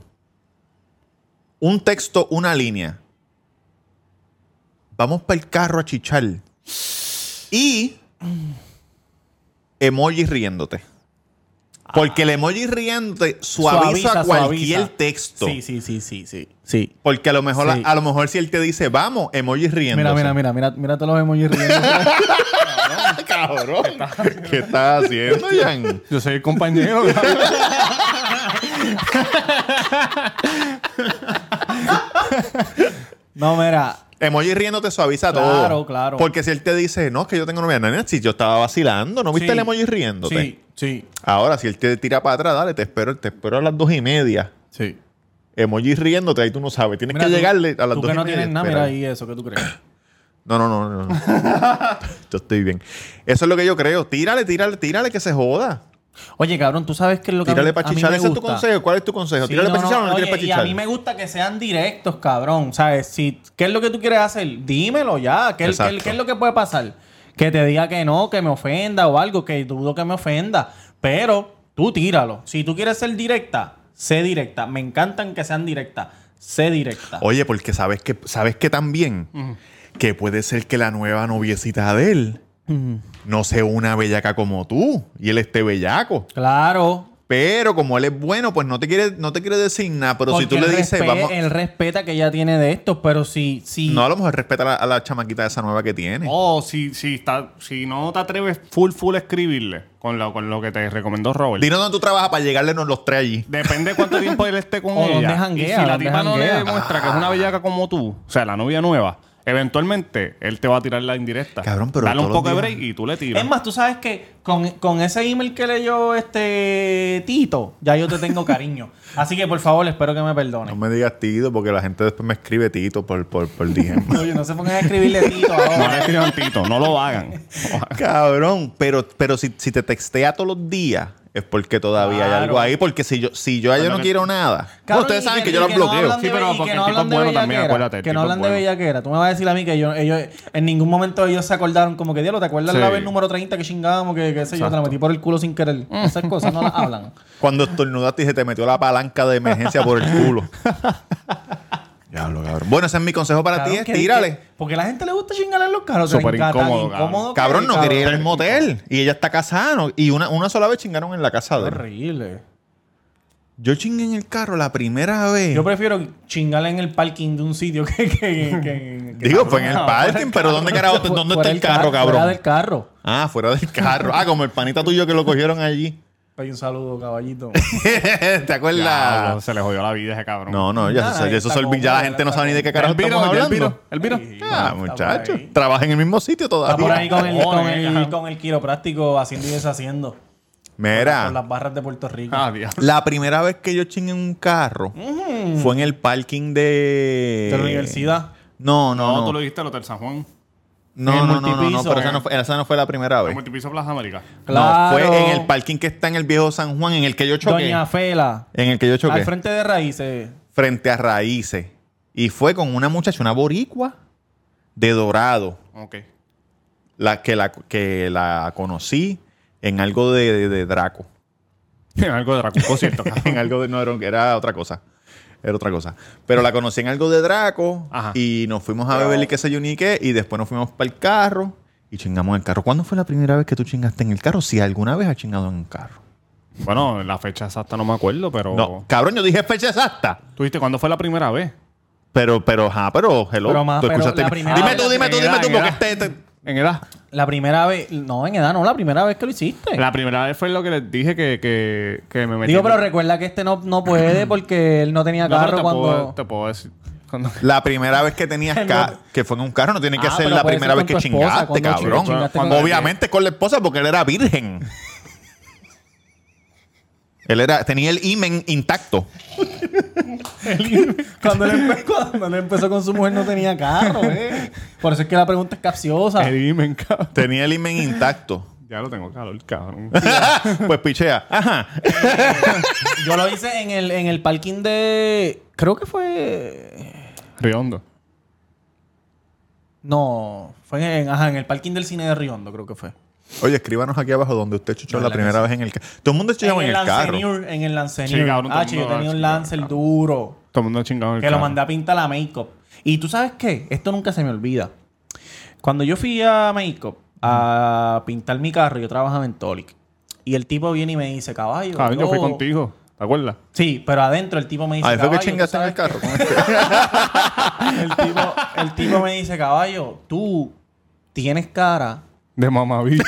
Un texto, una línea. Vamos para el carro a chichar. Y emoji riéndote. Porque el emoji riéndote suaviza, cualquier
suaviza.
texto.
Sí, sí, sí, sí, sí. sí.
Porque a lo mejor
Sí.
a, lo mejor si él te dice, vamos, emoji riéndose.
Mira, mira, mira, mira, mira todos los emojis riendo.
Cabrón. ¿Qué estás haciendo, Jan?
Yo soy el compañero.
no, mira.
Emoji riéndote suaviza
Claro,
todo.
claro.
Porque si él te dice, no, es que yo tengo novia, nena, si yo estaba vacilando, ¿no viste
Sí.
el emoji riéndote?
Sí, sí,
Ahora, si él te tira para atrás, dale, te espero, te espero a las dos y media.
sí.
Emoji riéndote, ahí tú no sabes. Tienes
Mira,
que
tú-
llegarle a las
tú
dos
que
y
no
media.
tienes nada, mira
espera.
ahí eso, ¿qué tú crees?
No, no, no, no. no. yo estoy bien. Eso es lo que yo creo. Tírale, tírale, tírale, que se joda.
Oye, cabrón, tú sabes que es lo que a mí-
Tírale para
a mí
chichar.
me
Ese es tu
gusta?
consejo. ¿Cuál es tu consejo?
Sí,
tírale
no,
para
no,
chichar o no
oye,
tírale para
y a
chichar.
mí me gusta que sean directos, cabrón. ¿Sabes? Si, ¿Qué es lo que tú quieres hacer? Dímelo ya. ¿Qué, es-
Exacto.
qué es- qué es lo que puede pasar? Que te diga que no, que me ofenda o algo, que dudo que me ofenda. Pero tú tíralo. Si tú quieres ser directa, sé directa. Me encantan que sean directas. Sé directa.
Oye, porque sabes que, sabes que también que puede ser que la nueva noviecita de él no sea una bellaca como tú y él esté bellaco.
Claro.
Pero como él es bueno, pues no te quiere, no te quiere decir nada. Pero si
porque
tú le
él
dices,
respe-
vamos.
Él respeta que ella tiene de estos, pero si. si
No, a lo mejor respeta a la, a la chamaquita esa nueva que tiene.
Oh, si, si, está, si no te atreves full, full a escribirle con lo, con lo que te recomendó Robert.
Dinos dónde tú trabajas para llegarle los tres allí.
Depende cuánto tiempo él esté con
O dónde
ella.
janguea,
y si la
dónde
tipa no le
janguea.
demuestra que es una bellaca como tú, o sea, la novia nueva, eventualmente él te va a tirar la indirecta.
Cabrón, pero
Dale un
todos los
poco de
días-
break y tú le tiras.
Es más, tú sabes que con, con ese email que leyó este Tito, ya yo te tengo cariño. Así que por favor, espero que me
No
perdones.
me digas Tito, porque la gente después me escribe Tito por, por, por DM.
Oye, no se pongan a escribirle Tito
no le
ahora.
escriban Tito, no lo hagan. No lo hagan.
Cabrón, pero, pero si, si te textea todos los días, es porque todavía hay
Claro.
algo ahí. Porque si yo, si yo a ella
Pero
no
que-
quiero nada, pues
Cabrón,
ustedes
y
saben que
que- y
yo los
que no
bloqueo.
hablan de
Sí, pero
be- y
porque
que no
el tipo
hablan
es
de
bueno también,
bellaquera,
acuérdate, el
Que no
tipo es
hablan de
bueno.
bellaquera. Tú me vas a decir a mí que ellos, ellos en ningún momento ellos se acordaron como que diablo, ¿te acuerdas
Sí.
la vez número 30 que chingábamos? Que, que sé yo, te la metí por el culo sin querer.
Mm.
Esas cosas no las hablan.
Cuando estornudaste y se te metió la palanca de emergencia por el culo. Diablo, cabrón. Bueno, ese es mi consejo para ti,
Cabrón,
es
que-
tírale.
que- Porque a la gente le gusta chingar en los carros.
Súper
tan
incómodo,
incómodo
cabrón.
Cabrón,
que-
no quería ir al motel. Y ella está casada. ¿no? Y una, una sola vez chingaron en la casa de él.
Horrible.
Yo chingué en el carro la primera vez.
Yo prefiero chingarle en el parking de un sitio que. que, que- que- que-
Digo, fue en el
cabrón,
parking, pero ¿dónde carajo?
Fu-
¿Dónde
fuera
está el carro,
ca- Fuera
cabrón?
del carro.
Ah, fuera del carro. Ah, como el panita tuyo que lo cogieron allí.
Hay Pues un saludo, caballito.
¿Te
Diablo,
acuerdas?
se le jodió la vida a ese cabrón.
No, no, ya,
Nada,
se-
ahí
ya eso
está
se olvidó. Ya la
cómodo,
gente no
está
sabe ni de qué carajo
El viro,
estamos
ya el
hablando.
viro, el viro.
Ah,
por
muchachos.
ahí.
Trabaja en el mismo sitio
Está por ahí
todavía.
con el, con el-
Cojones,
con el quiropráctico haciendo y deshaciendo. Con
Mira,
las barras de Puerto Rico.
Ah, diablo.
la primera vez que yo chingué un carro fue en el parking de...
de la universidad.
No,
No,
no,
tú lo
no.
dijiste al Hotel San Juan.
en
No,
el
no, no, no, no,
multipiso. eh.
pero esa no, fue, esa no fue la primera
El
vez.
multipiso Plaza América.
No,
Claro.
fue en el parking que está en el viejo San Juan, en el que yo choqué.
Doña Fela.
En el que yo choqué.
Al frente de raíces.
frente a raíces. Y fue con una muchacha, una boricua de dorado,
Ok.
la que la, que la conocí en algo de, de- de Draco.
Algo de Racuco, cierto.
en algo de. No, era, era otra cosa. Era otra cosa. Pero la conocí en algo de Draco.
Ajá.
Y nos fuimos a beber y qué sé yo ni qué. Y después nos fuimos para el carro. Y chingamos en el carro. ¿Cuándo fue la primera vez que tú chingaste en el carro? Si alguna vez has chingado en el carro.
bueno, la fecha exacta no me acuerdo, pero.
Oh.
No, cabrón, yo dije fecha exacta.
¿Tú viste cuándo fue la primera vez?
Pero, pero, ajá, pero, hello.
Pero, ma,
¿Tú
pero
escuchaste
la
mi-
Ah,
primera
Dime
vez-
tú, dime tú, dime
Era-
tú, porque
era-
este- este,
En edad.
La primera vez. No, en edad, no, la primera vez que lo hiciste.
La primera vez fue lo que les dije que, que, que me metí.
Digo, pero
no,
recuerda que este no, no puede porque él no tenía
pero
carro
te,
cuando.
puedo, te puedo decir. cuando-
La primera vez que tenías ca- que fue en un carro no tiene que
Ah,
ser
pero
la
puede
primera
ser
vez
con
que
tu esposa,
chingaste,
cuando
cabrón.
chingaste
con-
Obviamente con la esposa porque él era virgen. él era tenía el imen intacto.
Cuando él, empe- cuando él empezó con su mujer no tenía carro, eh. Por eso es que la pregunta es capciosa.
Ah.
El imen, Eh, cabrón.
Tenía el imen intacto.
Ya lo tengo calor, cabrón.
pues pichea. Ajá.
Yo lo hice en el, en el parking de. Creo que fue.
Riondo.
No, fue en, ajá, en el parking del cine de Riondo, creo que fue.
Oye, escribanos aquí abajo donde usted chuchó la primera vez en el carro. Todo el mundo chuchó en el carro.
Lancenur, en el Lancenur.
Sí, cabrón, todo
ah,
el
che, yo
mundo
tenía un
Lancenur,
Lancer
cabrón.
duro.
Todo el mundo chingado en el
Que lo
carro.
mandé a pintar a Makeup. Y tú sabes qué? Esto nunca se me olvida. Cuando yo fui a Makeup a pintar mi carro, yo trabajaba en Tolic. Y el tipo viene y me dice, caballo.
Cabrón, yo fui
Oh.
yo-"
contigo. ¿Te acuerdas?
Sí, pero adentro el tipo me dice.
Ahí fue que
"Caballo, tú
chingaste en el
sabes
carro. con este.
que-" El tipo, el tipo me dice, caballo, tú tienes cara.
De mamabicho.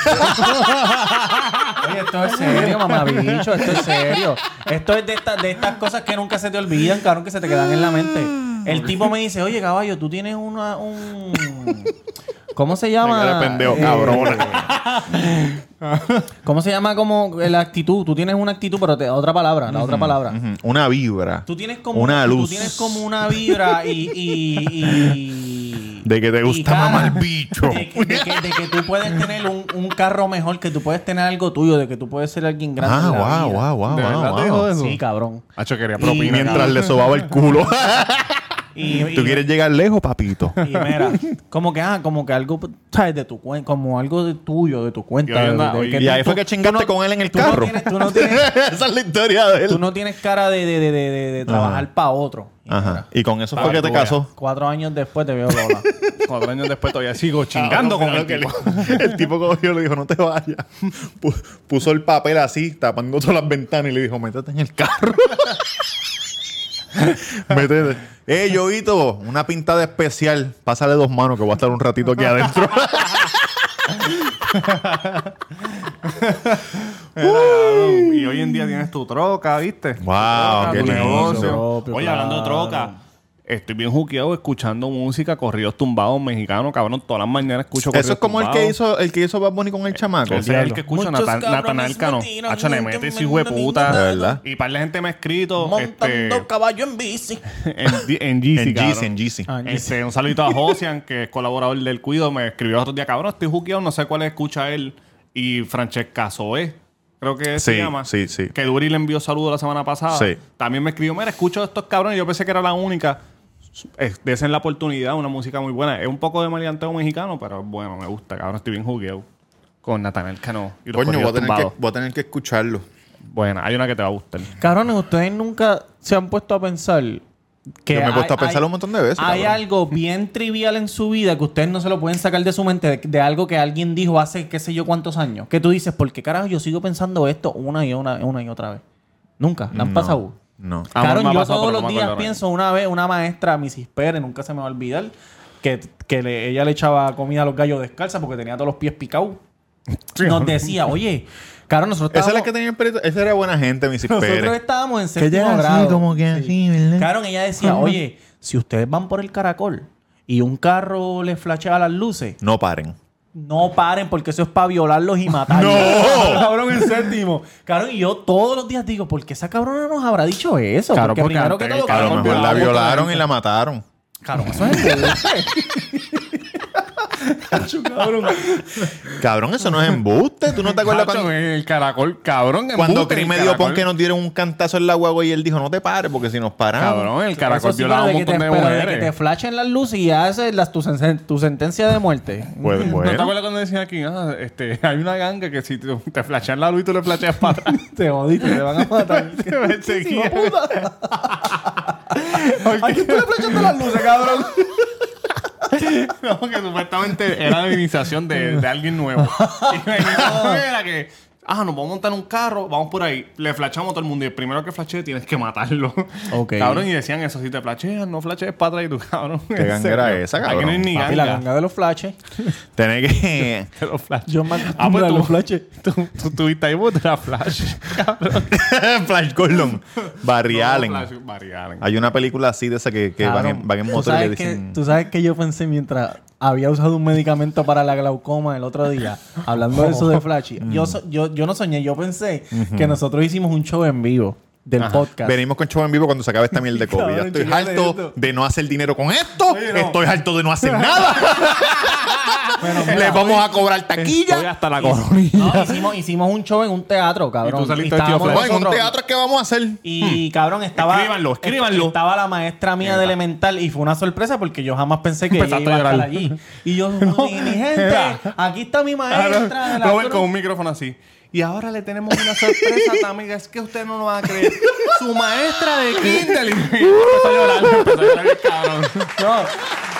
Oye, esto es serio, mamabicho, esto es serio. Esto es de, estas de estas cosas que nunca se te olvidan, cabrón, que se te quedan en la mente. El tipo me dice, oye, caballo, tú tienes una, un... ¿Cómo se llama?
Era pendejo,
Eh,
cabrón.
¿Cómo se llama como la actitud? Tú tienes una actitud, pero te- otra palabra, la otra palabra.
Ujú. Una vibra.
Tú tienes como
una
tú
luz.
tienes como una vibra y, y- y-
De que te
y
gusta
cara
mamar bicho.
De que, de que- de que tú puedes tener un, un carro mejor, que tú puedes tener algo tuyo, de que tú puedes ser alguien grande. en la
Ah, wow,
vida.
wow, wow,
¿De verdad te
wow,
dijo
wow.
eso?
Sí, cabrón.
Hacho, quería
Y-
propina.
Mientras
cabrón.
le sobaba el culo.
Y, y-
¿Tú quieres llegar lejos, papito?
y mira, como que, ah, como que algo, ¿sabes? De tu cuenta, como algo de tuyo, de tu cuenta.
Y ahí anda,
de- de-
y-
que
Y
tú-
ahí fue
tú-
que chingaste
tú no-
con él en el
tú no
carro.
tienes- tú no tienes-
Esa es la historia de
tú
él.
no tienes cara de, de, de, de, de- de trabajar para otro.
Ajá. Y con eso fue
Para
que te
que tú
casó.
Cuatro años después te veo Lola.
Este
Cuatro años después todavía sigo chingando con el tipo.
El tipo cogió y le dijo, no te vayas. Pu- Puso el papel así, tapando todas las ventanas y le dijo, métete en el carro. métete. Eh, Yoguito, una pintada especial. Pásale dos manos que voy a estar un ratito aquí adentro.
y hoy en día tienes tu troca, ¿viste?
Wow,
Tu troca,
qué
tu
lindo.
negocio.
Propio,
Oye,
claro.
hablando de troca, estoy bien juqueado escuchando música, corridos tumbados mexicanos, cabrón. Todas las mañanas escucho corridos
Eso es como el que
tumbados.
hizo el que hizo Bad Bunny con
Eh,
el chamaco.
Ese es el que escucho
Muchos
Natan-
cabrones
Natanael Cano.
metinos,
Hacho, le
muchos
mete ese
metinos,
hijo de puta.
De verdad.
Y para la gente me ha escrito este,
Montando caballo en bici.
en, Di- en Yeezy,
En Jeezy,
cabrón.
en Jeezy.
Ah, en
Este, un saludito a Josian, que es colaborador del Cuido. Me escribió el otro día, cabrón, estoy juqueado, no sé cuál escucha él. Y Francesca Soe, creo que se
Sí,
llama.
sí, sí.
Que Duri le envió saludos la semana pasada.
Sí.
También me escribió, mira, escucho estos cabrones. Yo pensé que era la única. Es- Desen la oportunidad, una música muy buena. Es un poco de maleanteo mexicano, pero bueno, me gusta, cabrón. Estoy bien juqueado con Natanel Cano y los
Coño,
corridos
voy a, tener que,
tumbados.
voy a tener que escucharlo.
Bueno, hay una que te va a gustar.
Cabrones, ustedes nunca se han puesto a pensar que.
Yo me he puesto a
hay-
pensarlo un montón de veces,
Hay
cabrón.
algo bien trivial en su vida que ustedes no se lo pueden sacar de su mente de, de algo que alguien dijo hace qué sé yo cuántos años. Que tú dices, ¿por qué carajo yo sigo pensando esto una y una, una y otra vez? Nunca, la han pasado.
No.
Ah,
Cabrón,
me ha
yo
pasado,
todos
pero
los
no me
días
acuerdo
pienso una vez, una maestra, Mrs. Pérez, nunca se me va a olvidar, que, que le- ella le echaba comida a los gallos descalza porque tenía todos los pies picados. Nos decía, oye, cabrón, nosotros
Esa es la
estábamos,
que tenía el perito. Esa era buena gente, mis
nosotros
Pérez.
estábamos en séptimo
era así,
grado.
como que así,
¿eh?
¿verdad?
Cabrón, ella decía, oye, si ustedes van por el caracol y un carro les flashea las luces,
No paren.
no paren porque eso es para violarlos y matarlos. ¡No! cabrón, en séptimo. Cabrón, y yo todos los días digo, ¿por qué esa cabrona nos habrá dicho eso?
Claro,
porque,
porque
primero
antes-
que todo...
A lo
Cabrón,
mejor la
violamos
violaron y la mataron.
Cabrón, eso es embuste. cabrón.
Cabrón, eso no es embuste. ¿Tú no te acuerdas
Hacho,
cuando,
el caracol, cabrón.
cuando
embuste, el
Cris me dio
caracol.
pon que nos dieron un cantazo en la guagua y él dijo, no te pares porque si nos paramos.
Cabrón, el
Eso
caracol
sí,
violaba
pero
un
de que te-
montón de
pero de que te
mujeres.
flashen las luces y haces las, tu, sen- tu sentencia de muerte.
Pues,
¿No te
bueno.
acuerdas cuando decían aquí? Ah, este, hay una ganga que si te, te flashean la luz y tú le flasheas para atrás.
te jodiste, te van a matar.
Te seguía.
Aquí tú le flashaste las luces, cabrón.
No, que supuestamente era la iniciación de, de alguien nuevo. Y me dijo, era que, ah, nos vamos a montar en un carro, vamos por ahí. Le flashamos a todo el mundo y el primero que flashee tienes que matarlo.
Ok.
Cabrón, y decían eso, si te flashean, no flashees para atrás y tú, cabrón.
¿Qué ganga era esa,
Aquí no hay
cabrón?
ni
Papi, la
ganga.
ganga de los flashes.
Tenés que...
Te lo flasheas.
Yo me
Ah,
acostumbro
pues
a
tú,
los flashes.
tú, tú tuviste ahí, vos te la flash. Cabrón.
Flash Gordon. Barry Allen.
No, flash- Barry Allen.
Hay una película así de esa que, que van, en, van en
Tú
motor y le
sabes que-
dicen...
Tú sabes que yo pensé mientras había usado un medicamento para la glaucoma el otro día, hablando de eso de Flashy.
Mm.
Yo, so- yo, yo no soñé, yo pensé que nosotros hicimos un show en vivo del podcast.
Venimos con show en vivo cuando se acabe esta miel de COVID. Ya
Cabrón,
estoy
chingada de
harto
esto.
de no hacer dinero con esto.
Oye, no.
Estoy harto de no hacer nada.
Bueno, mira,
Le vamos a cobrar
Voy
taquilla.
hasta la coronilla.
no, hicimos, hicimos un show en un teatro, cabrón.
Y tú saliste vestido
estábamos
flash.
Bueno, en un
nosotros-
teatro es que vamos a hacer.
Y cabrón, estaba.
Hmm. Escríbanlo, escríbanlo.
Estaba la maestra mía de elemental y fue una sorpresa porque yo jamás pensé que ella
Empezaste
iba a estar
a llorar.
allí. Y yo, mi, mi gente, aquí está mi maestra. de la
Robert
cru-
con un micrófono así. Y ahora le tenemos una sorpresa, amiga. Es que usted no lo va a creer. Su maestra de Kindle. Y empezó a llorar. Empezó a llorar el cabrón.
No,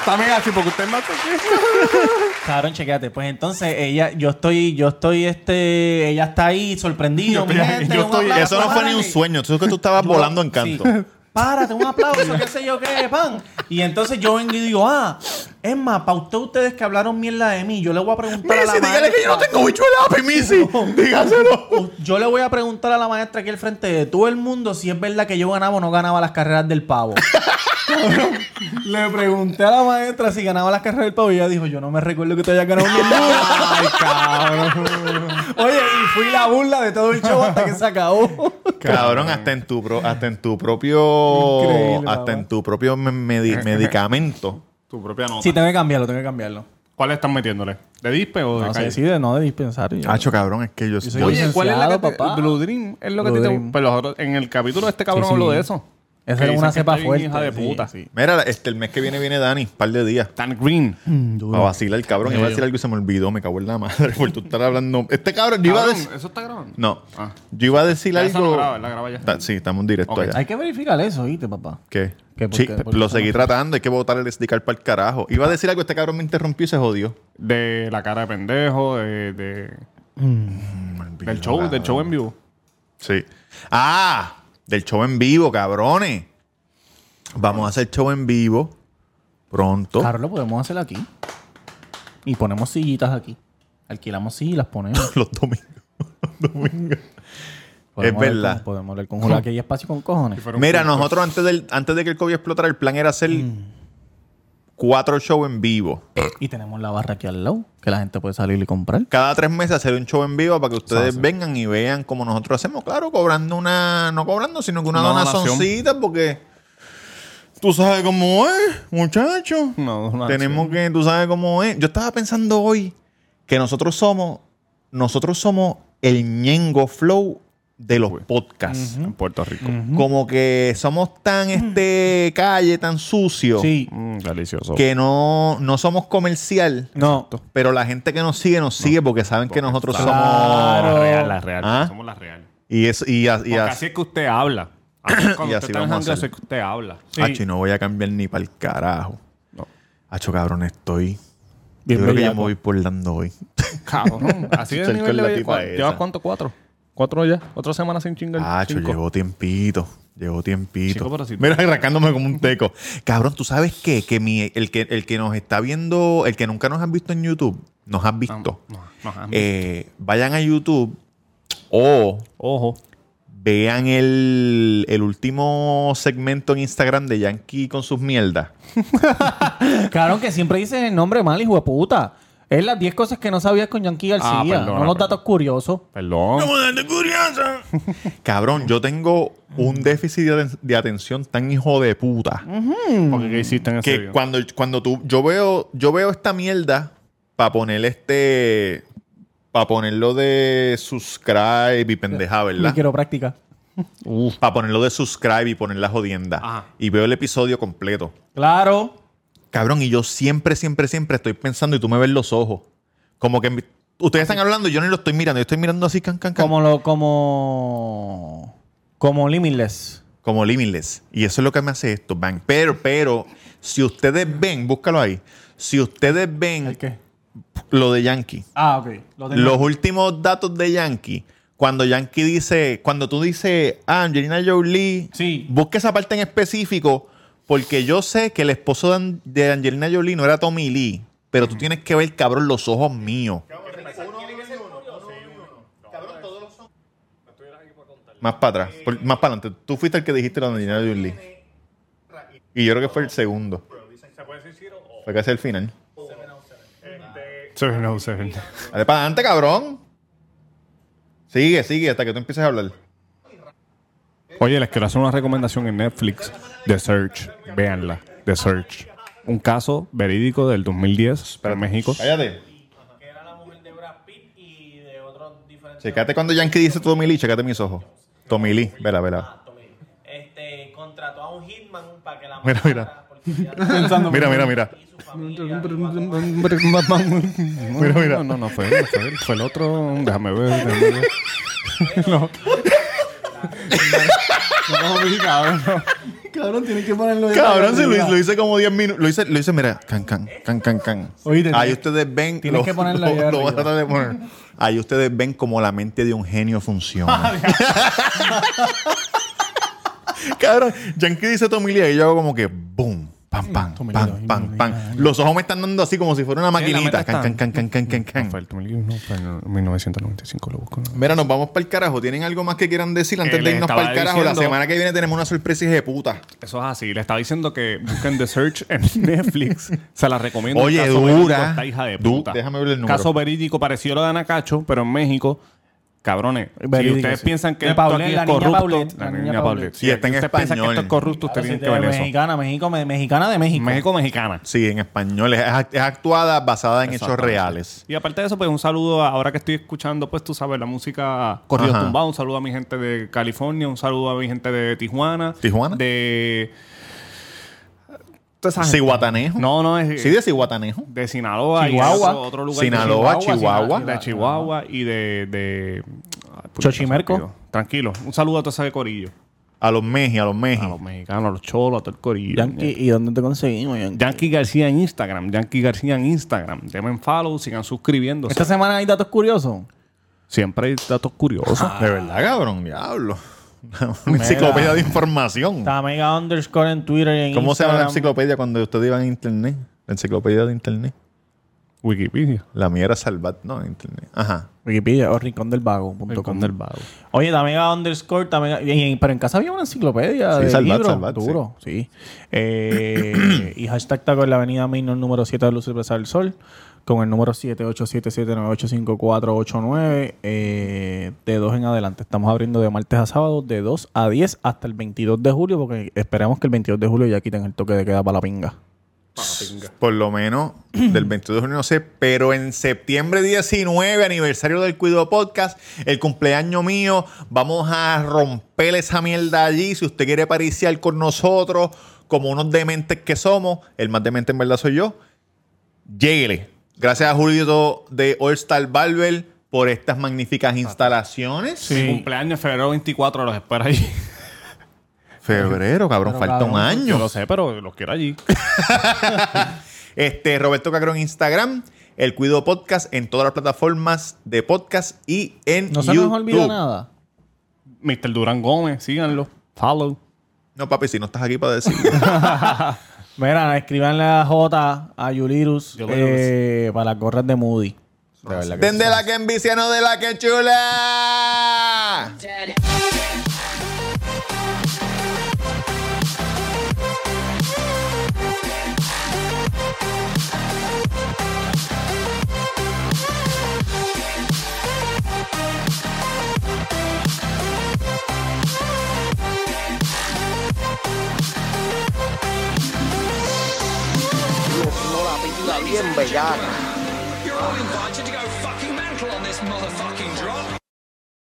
También así, porque usted no se
Cabrón, chequéate. Pues entonces ella, yo estoy, yo estoy, este, ella está ahí sorprendido. mi gente,
yo
un
estoy-
aplauso,
Eso no fue ni un
párate.
sueño. Eso es que tú estabas
Yo-
volando en canto.
sí. Párate, un aplauso, qué sé yo qué, pan. Y entonces yo vengo y digo, ah, es más, para usted, ustedes que hablaron mierda de mí, yo le voy a preguntar a la
Missy, dígale que yo no
maestra.
tengo bicho de lápiz, Missy. Dígaselo.
Yo le voy a preguntar a la maestra aquí al frente de todo el mundo si es verdad que yo ganaba o no ganaba las carreras del pavo. Cabrón, le pregunté a la maestra si ganaba las carreras del pavo y ella dijo, yo no me recuerdo que te hayas ganado ninguna. Ay, cabrón. Oye, y fui la burla de todo el show hasta que se acabó.
Cabrón, hasta en tu, pro- hasta en tu propio.
Increíble,
hasta en
papá.
tu propio me- medi- medicamento.
Tu propia nota.
Sí, tengo que cambiarlo, tengo que cambiarlo.
¿Cuál están metiéndole? ¿De dispe o de
No se
calle?
decide, no de dispensar. yo-
Hacho, cabrón, es que yo.
soy
yo-
licenciado, papá.
Blue Dream es lo que a ti
Blue
te pues
Dream.
Pero los otros- en el capítulo este cabrón
Sí, sí.
habló de eso.
Esa
Que
era
dicen
una
que
cepa
está bien
fuerte.
Hija de
sí.
puta.
Mira, este, el mes que viene viene Dani, par de días.
Tan green.
Mm.
Va a vacilar el cabrón. Iba a decir algo y se me olvidó. Me cago en la madre por tú estar hablando. Este cabrón, yo iba a
Cabrón,
decir.
¿Eso está grabando?
No.
Ah.
Yo iba a decir
Ya eso
algo.
lo graba, la graba ya.
Ta- sí, estamos en directo
Ok.
allá.
Hay que verificar eso, ¿viste, papá?
¿Qué?
¿Qué? ¿Por
Sí,
qué? ¿Por
lo
qué?
seguí tratando. Hay que botar el SD card para el carajo. Iba a decir algo, este cabrón me interrumpió y se jodió.
De la cara de pendejo, de, de- del show, del show en vivo.
Sí. Ah, del show en vivo, cabrones. Vamos a hacer show en vivo pronto.
Claro, lo podemos hacer aquí. Y ponemos sillitas aquí. Alquilamos sillas y las ponemos.
Los domingos. Los domingos.
Podemos hablar
verdad.
con- podemos hablar con Julio. Aquí hay espacio con cojones.
Mira, nosotros antes, del, antes de que el COVID explotara, el plan era hacer
Mm.
cuatro shows en vivo.
Y tenemos la barra aquí al lado, que la gente puede salir y comprar.
Cada tres meses hacer un show en vivo para que ustedes vengan y vean como nosotros hacemos. Claro, cobrando una... No cobrando, sino que una,
Una donación.
donacioncita porque... Tú sabes cómo es, muchacho.
No, no,
Tenemos que, tú sabes cómo es. Yo estaba pensando hoy que nosotros somos, nosotros somos el ñengo flow de los podcasts.
En Puerto Rico.
Mm.
Como que somos tan este calle, tan sucio,
Sí.
Mm, delicioso.
que no, no somos comercial,
No.
pero la gente que nos sigue, nos sigue porque saben que nosotros
Claro.
somos.
La real, la real.
¿Ah?
Somos la real.
Y es, y, a- y
Porque
a-
así es que usted habla. Así es
Y
Cuando
así
usted está
vamos a Ah,
en
hacer.
jangueo, así es que usted habla.
Acho, y no voy a cambiar ni para el carajo.
No.
Hacho, cabrón, estoy.
Bien
yo creo que ya
bellaco.
me voy por Orlando hoy.
Cabrón. Así es
Cerca
el nivel
la
de...
tipa
¿Llevas
esa. Ah,
cuánto? ¿Cuatro? ¿Cuatro ya? ¿Otra semana sin chingar?
Hacho,
Cinco.
llevó tiempito. Llevó tiempito.
Chico, pero si-
Mira, arrancándome como un teco. Cabrón, ¿tú sabes qué? Que, mi, el que el que nos está viendo, el que nunca nos han visto en YouTube, nos han visto.
No, no, no,
Eh, vayan a YouTube o
Ojo.
vean el, el último segmento en Instagram de Yankee con sus mierdas.
Claro que siempre dicen el nombre mal, hijo de puta. Es las 10 cosas que no sabías con Yankee García.
Ah, perdona,
no los
perdona.
datos curiosos.
Perdón.
Cabrón, yo tengo un déficit de, aten- de atención tan hijo de puta.
Porque ¿qué hiciste en ese
que
video?
cuando, cuando tú yo veo yo veo esta mierda para poner este para ponerlo de subscribe y pendeja,
Y
¿verdad?
quiero practicar.
Para ponerlo de subscribe y poner la jodienda.
Ajá.
Y veo el episodio completo.
Claro.
Cabrón, y yo siempre, siempre, siempre estoy pensando y tú me ves los ojos. Como que mi- ustedes están hablando y yo ni lo estoy mirando. Yo estoy mirando así, can, can, can.
Como lo, como. Como Limitless.
como limitless. Y eso es lo que me hace esto, bang. Pero, pero, si ustedes ven, búscalo ahí. Si ustedes ven
qué?
lo de Yankee.
Ah, ok. Lo tengo.
Los últimos datos de Yankee. Cuando Yankee dice, cuando tú dices, ah, Angelina Jolie,
Sí.
busca esa parte en específico, porque yo sé que el esposo de, An- de Angelina Jolie no era Tommy Lee, pero tú tienes que ver, cabrón, los ojos míos. Más para atrás, por- más para adelante. Tú fuiste el que dijiste lo de Angelina Jolie. Y yo creo que fue el segundo. Fue casi el final.
Seven oh seven.
Dale para adelante, cabrón. Sigue, sigue, hasta que tú empieces a hablar.
Oye, les quiero hacer una recomendación en Netflix. The Search. Véanla. The Search. Un caso verídico del 2010 para México.
Cállate.
Que era la mujer de Brad Pitt y de otros diferentes.
Checate cuando Yankee dice Tommy Lee, checate mis ojos. Tommy Lee, vela, vela.
Este, contrató a un hitman para que la
Mira, mira. Mira, mira, mira.
Mira, mira. No, no, no, fue, él, fue, él, fue el otro. Déjame ver. déjame ver.
Cabrón, tienes que ponerlo
Cabrón, si lo, hice- lo hice como 10 minutos. Lo hice, lo hice, mira. Can, can, can, can, can.
Oye, te-
Ahí ustedes ven.
tienes
lo-
que ponerlo ahí
lo- lo voy a
arriba.
tratar de poner. Ahí ustedes ven cómo la mente de un genio
Ah,
funciona. Cabrón, Yankee dice Tommy Lee y yo hago como que boom. Pam, pam,
Tommy Lee,
pam,
Tommy
pam,
Lee,
pam. Los ojos me están dando así como si fuera una
Sí, la meta
maquinita.
está-
Can, can, can, can, can, can, can.
Fue el 2001, no, fue en 1995, lo busco. ¿no?
Mira, nos vamos para el carajo. ¿Tienen algo más que quieran decir antes
Eh,
de
les
irnos
estaba
para el carajo? La
diciendo-
semana que viene tenemos una sorpresa hija de puta.
Eso es así. Le estaba diciendo que busquen The Search en Netflix. Se la recomiendo.
Oye,
Caso verídico,
dura.
Está hija de
Du-
puta.
déjame ver el número.
Caso verídico parecido a lo de Anacacho, pero en México. cabrones,
Verídico,
si ustedes
sí.
piensan que
De
esto
Paulette,
aquí
la
es
niña
corrupto,
Paulette,
la
la
niña
niña
Paulette.
Paulette.
Si
Y está en
ustedes piensan que
español.
esto es corrupto, ustedes tienen que ver eso.
Mexicana, México, me- mexicana de México.
México mexicana.
Sí, en español. Es, act- es actuada basada en hechos
Exactamente.
reales.
Y aparte de eso, pues un saludo a- ahora que estoy escuchando, pues tú sabes, la música corridos
Ajá.
tumbados. Un saludo a mi gente de California, un saludo a mi gente de Tijuana.
¿Tijuana?
De. toda esa gente.
¿Ciguatanejo?
No, no, es.
Sí, de Ciguatanejo.
de Sinaloa, y
Chihuahua.
otro, otro lugar de
Sinaloa, Chihuahua.
de Chihuahua y de. de Ay, puñeta,
Xochimilco.
se me olvidó. Tranquilo, un saludo a todo ese corillo.
A los Meji, a los Meji.
A los mexicanos, a los cholos, a todo el corillo.
Yankee, ¿y dónde te conseguimos, Yankee?
Yankee García en Instagram, Yankee García en Instagram. Denme follow, sigan suscribiéndose.
Esta semana hay datos curiosos.
Siempre hay datos curiosos.
De verdad, cabrón, diablo. Una enciclopedia de información.
Tamega underscore en Twitter y en
¿Cómo se llama la
Instagram.
enciclopedia cuando usted iba a internet? La enciclopedia de internet.
Wikipedia.
La mía era Salvat, no, internet. Ajá.
Wikipedia o rincondelvago.com.
vago.
Oye, Tamega underscore, Tamega. y- y- pero en casa había una enciclopedia
Sí,
de
Salvat,
libros.
Salvat,
Duro, sí. Eh, y hashtag taco en la avenida Mainor número 7 de Luz del Presa del Sol. Con el número 787-798-5489. eh, de 2 en adelante. Estamos abriendo de martes a sábado, de 2 a 10 hasta el 22 de julio, porque esperamos que el 22 de julio ya quiten el toque de queda para la pinga.
Por lo menos del 22 de junio, no sé, pero en septiembre 19, aniversario del Cuido Podcast, el cumpleaños mío, vamos a romper esa mierda allí. Si usted quiere pariciar con nosotros, como unos dementes que somos, el más demente en verdad soy yo, lléguele. Gracias a Julio de All Star Barber por estas magníficas instalaciones.
Mi cumpleaños febrero 24 los espero allí.
Febrero, cabrón,
Pero,
falta un
cabrón,
año.
Yo lo sé, pero los quiero allí.
Este, Roberto Cacrón en Instagram, El Cuido Podcast en todas las plataformas de podcast y en
No se
YouTube.
nos olvida nada.
Mr. Durán Gómez, síganlo. Follow.
No, papi, si no estás aquí para decirlo.
Mira, escribanle a J, a Yulirus,
Yulirus.
eh, para las gorras de Moody.
Den de la que envicia, no de la que chula.
Dead.
No la pinta bien bellaca.
You're all invited to go fucking mental on this motherfucking drop.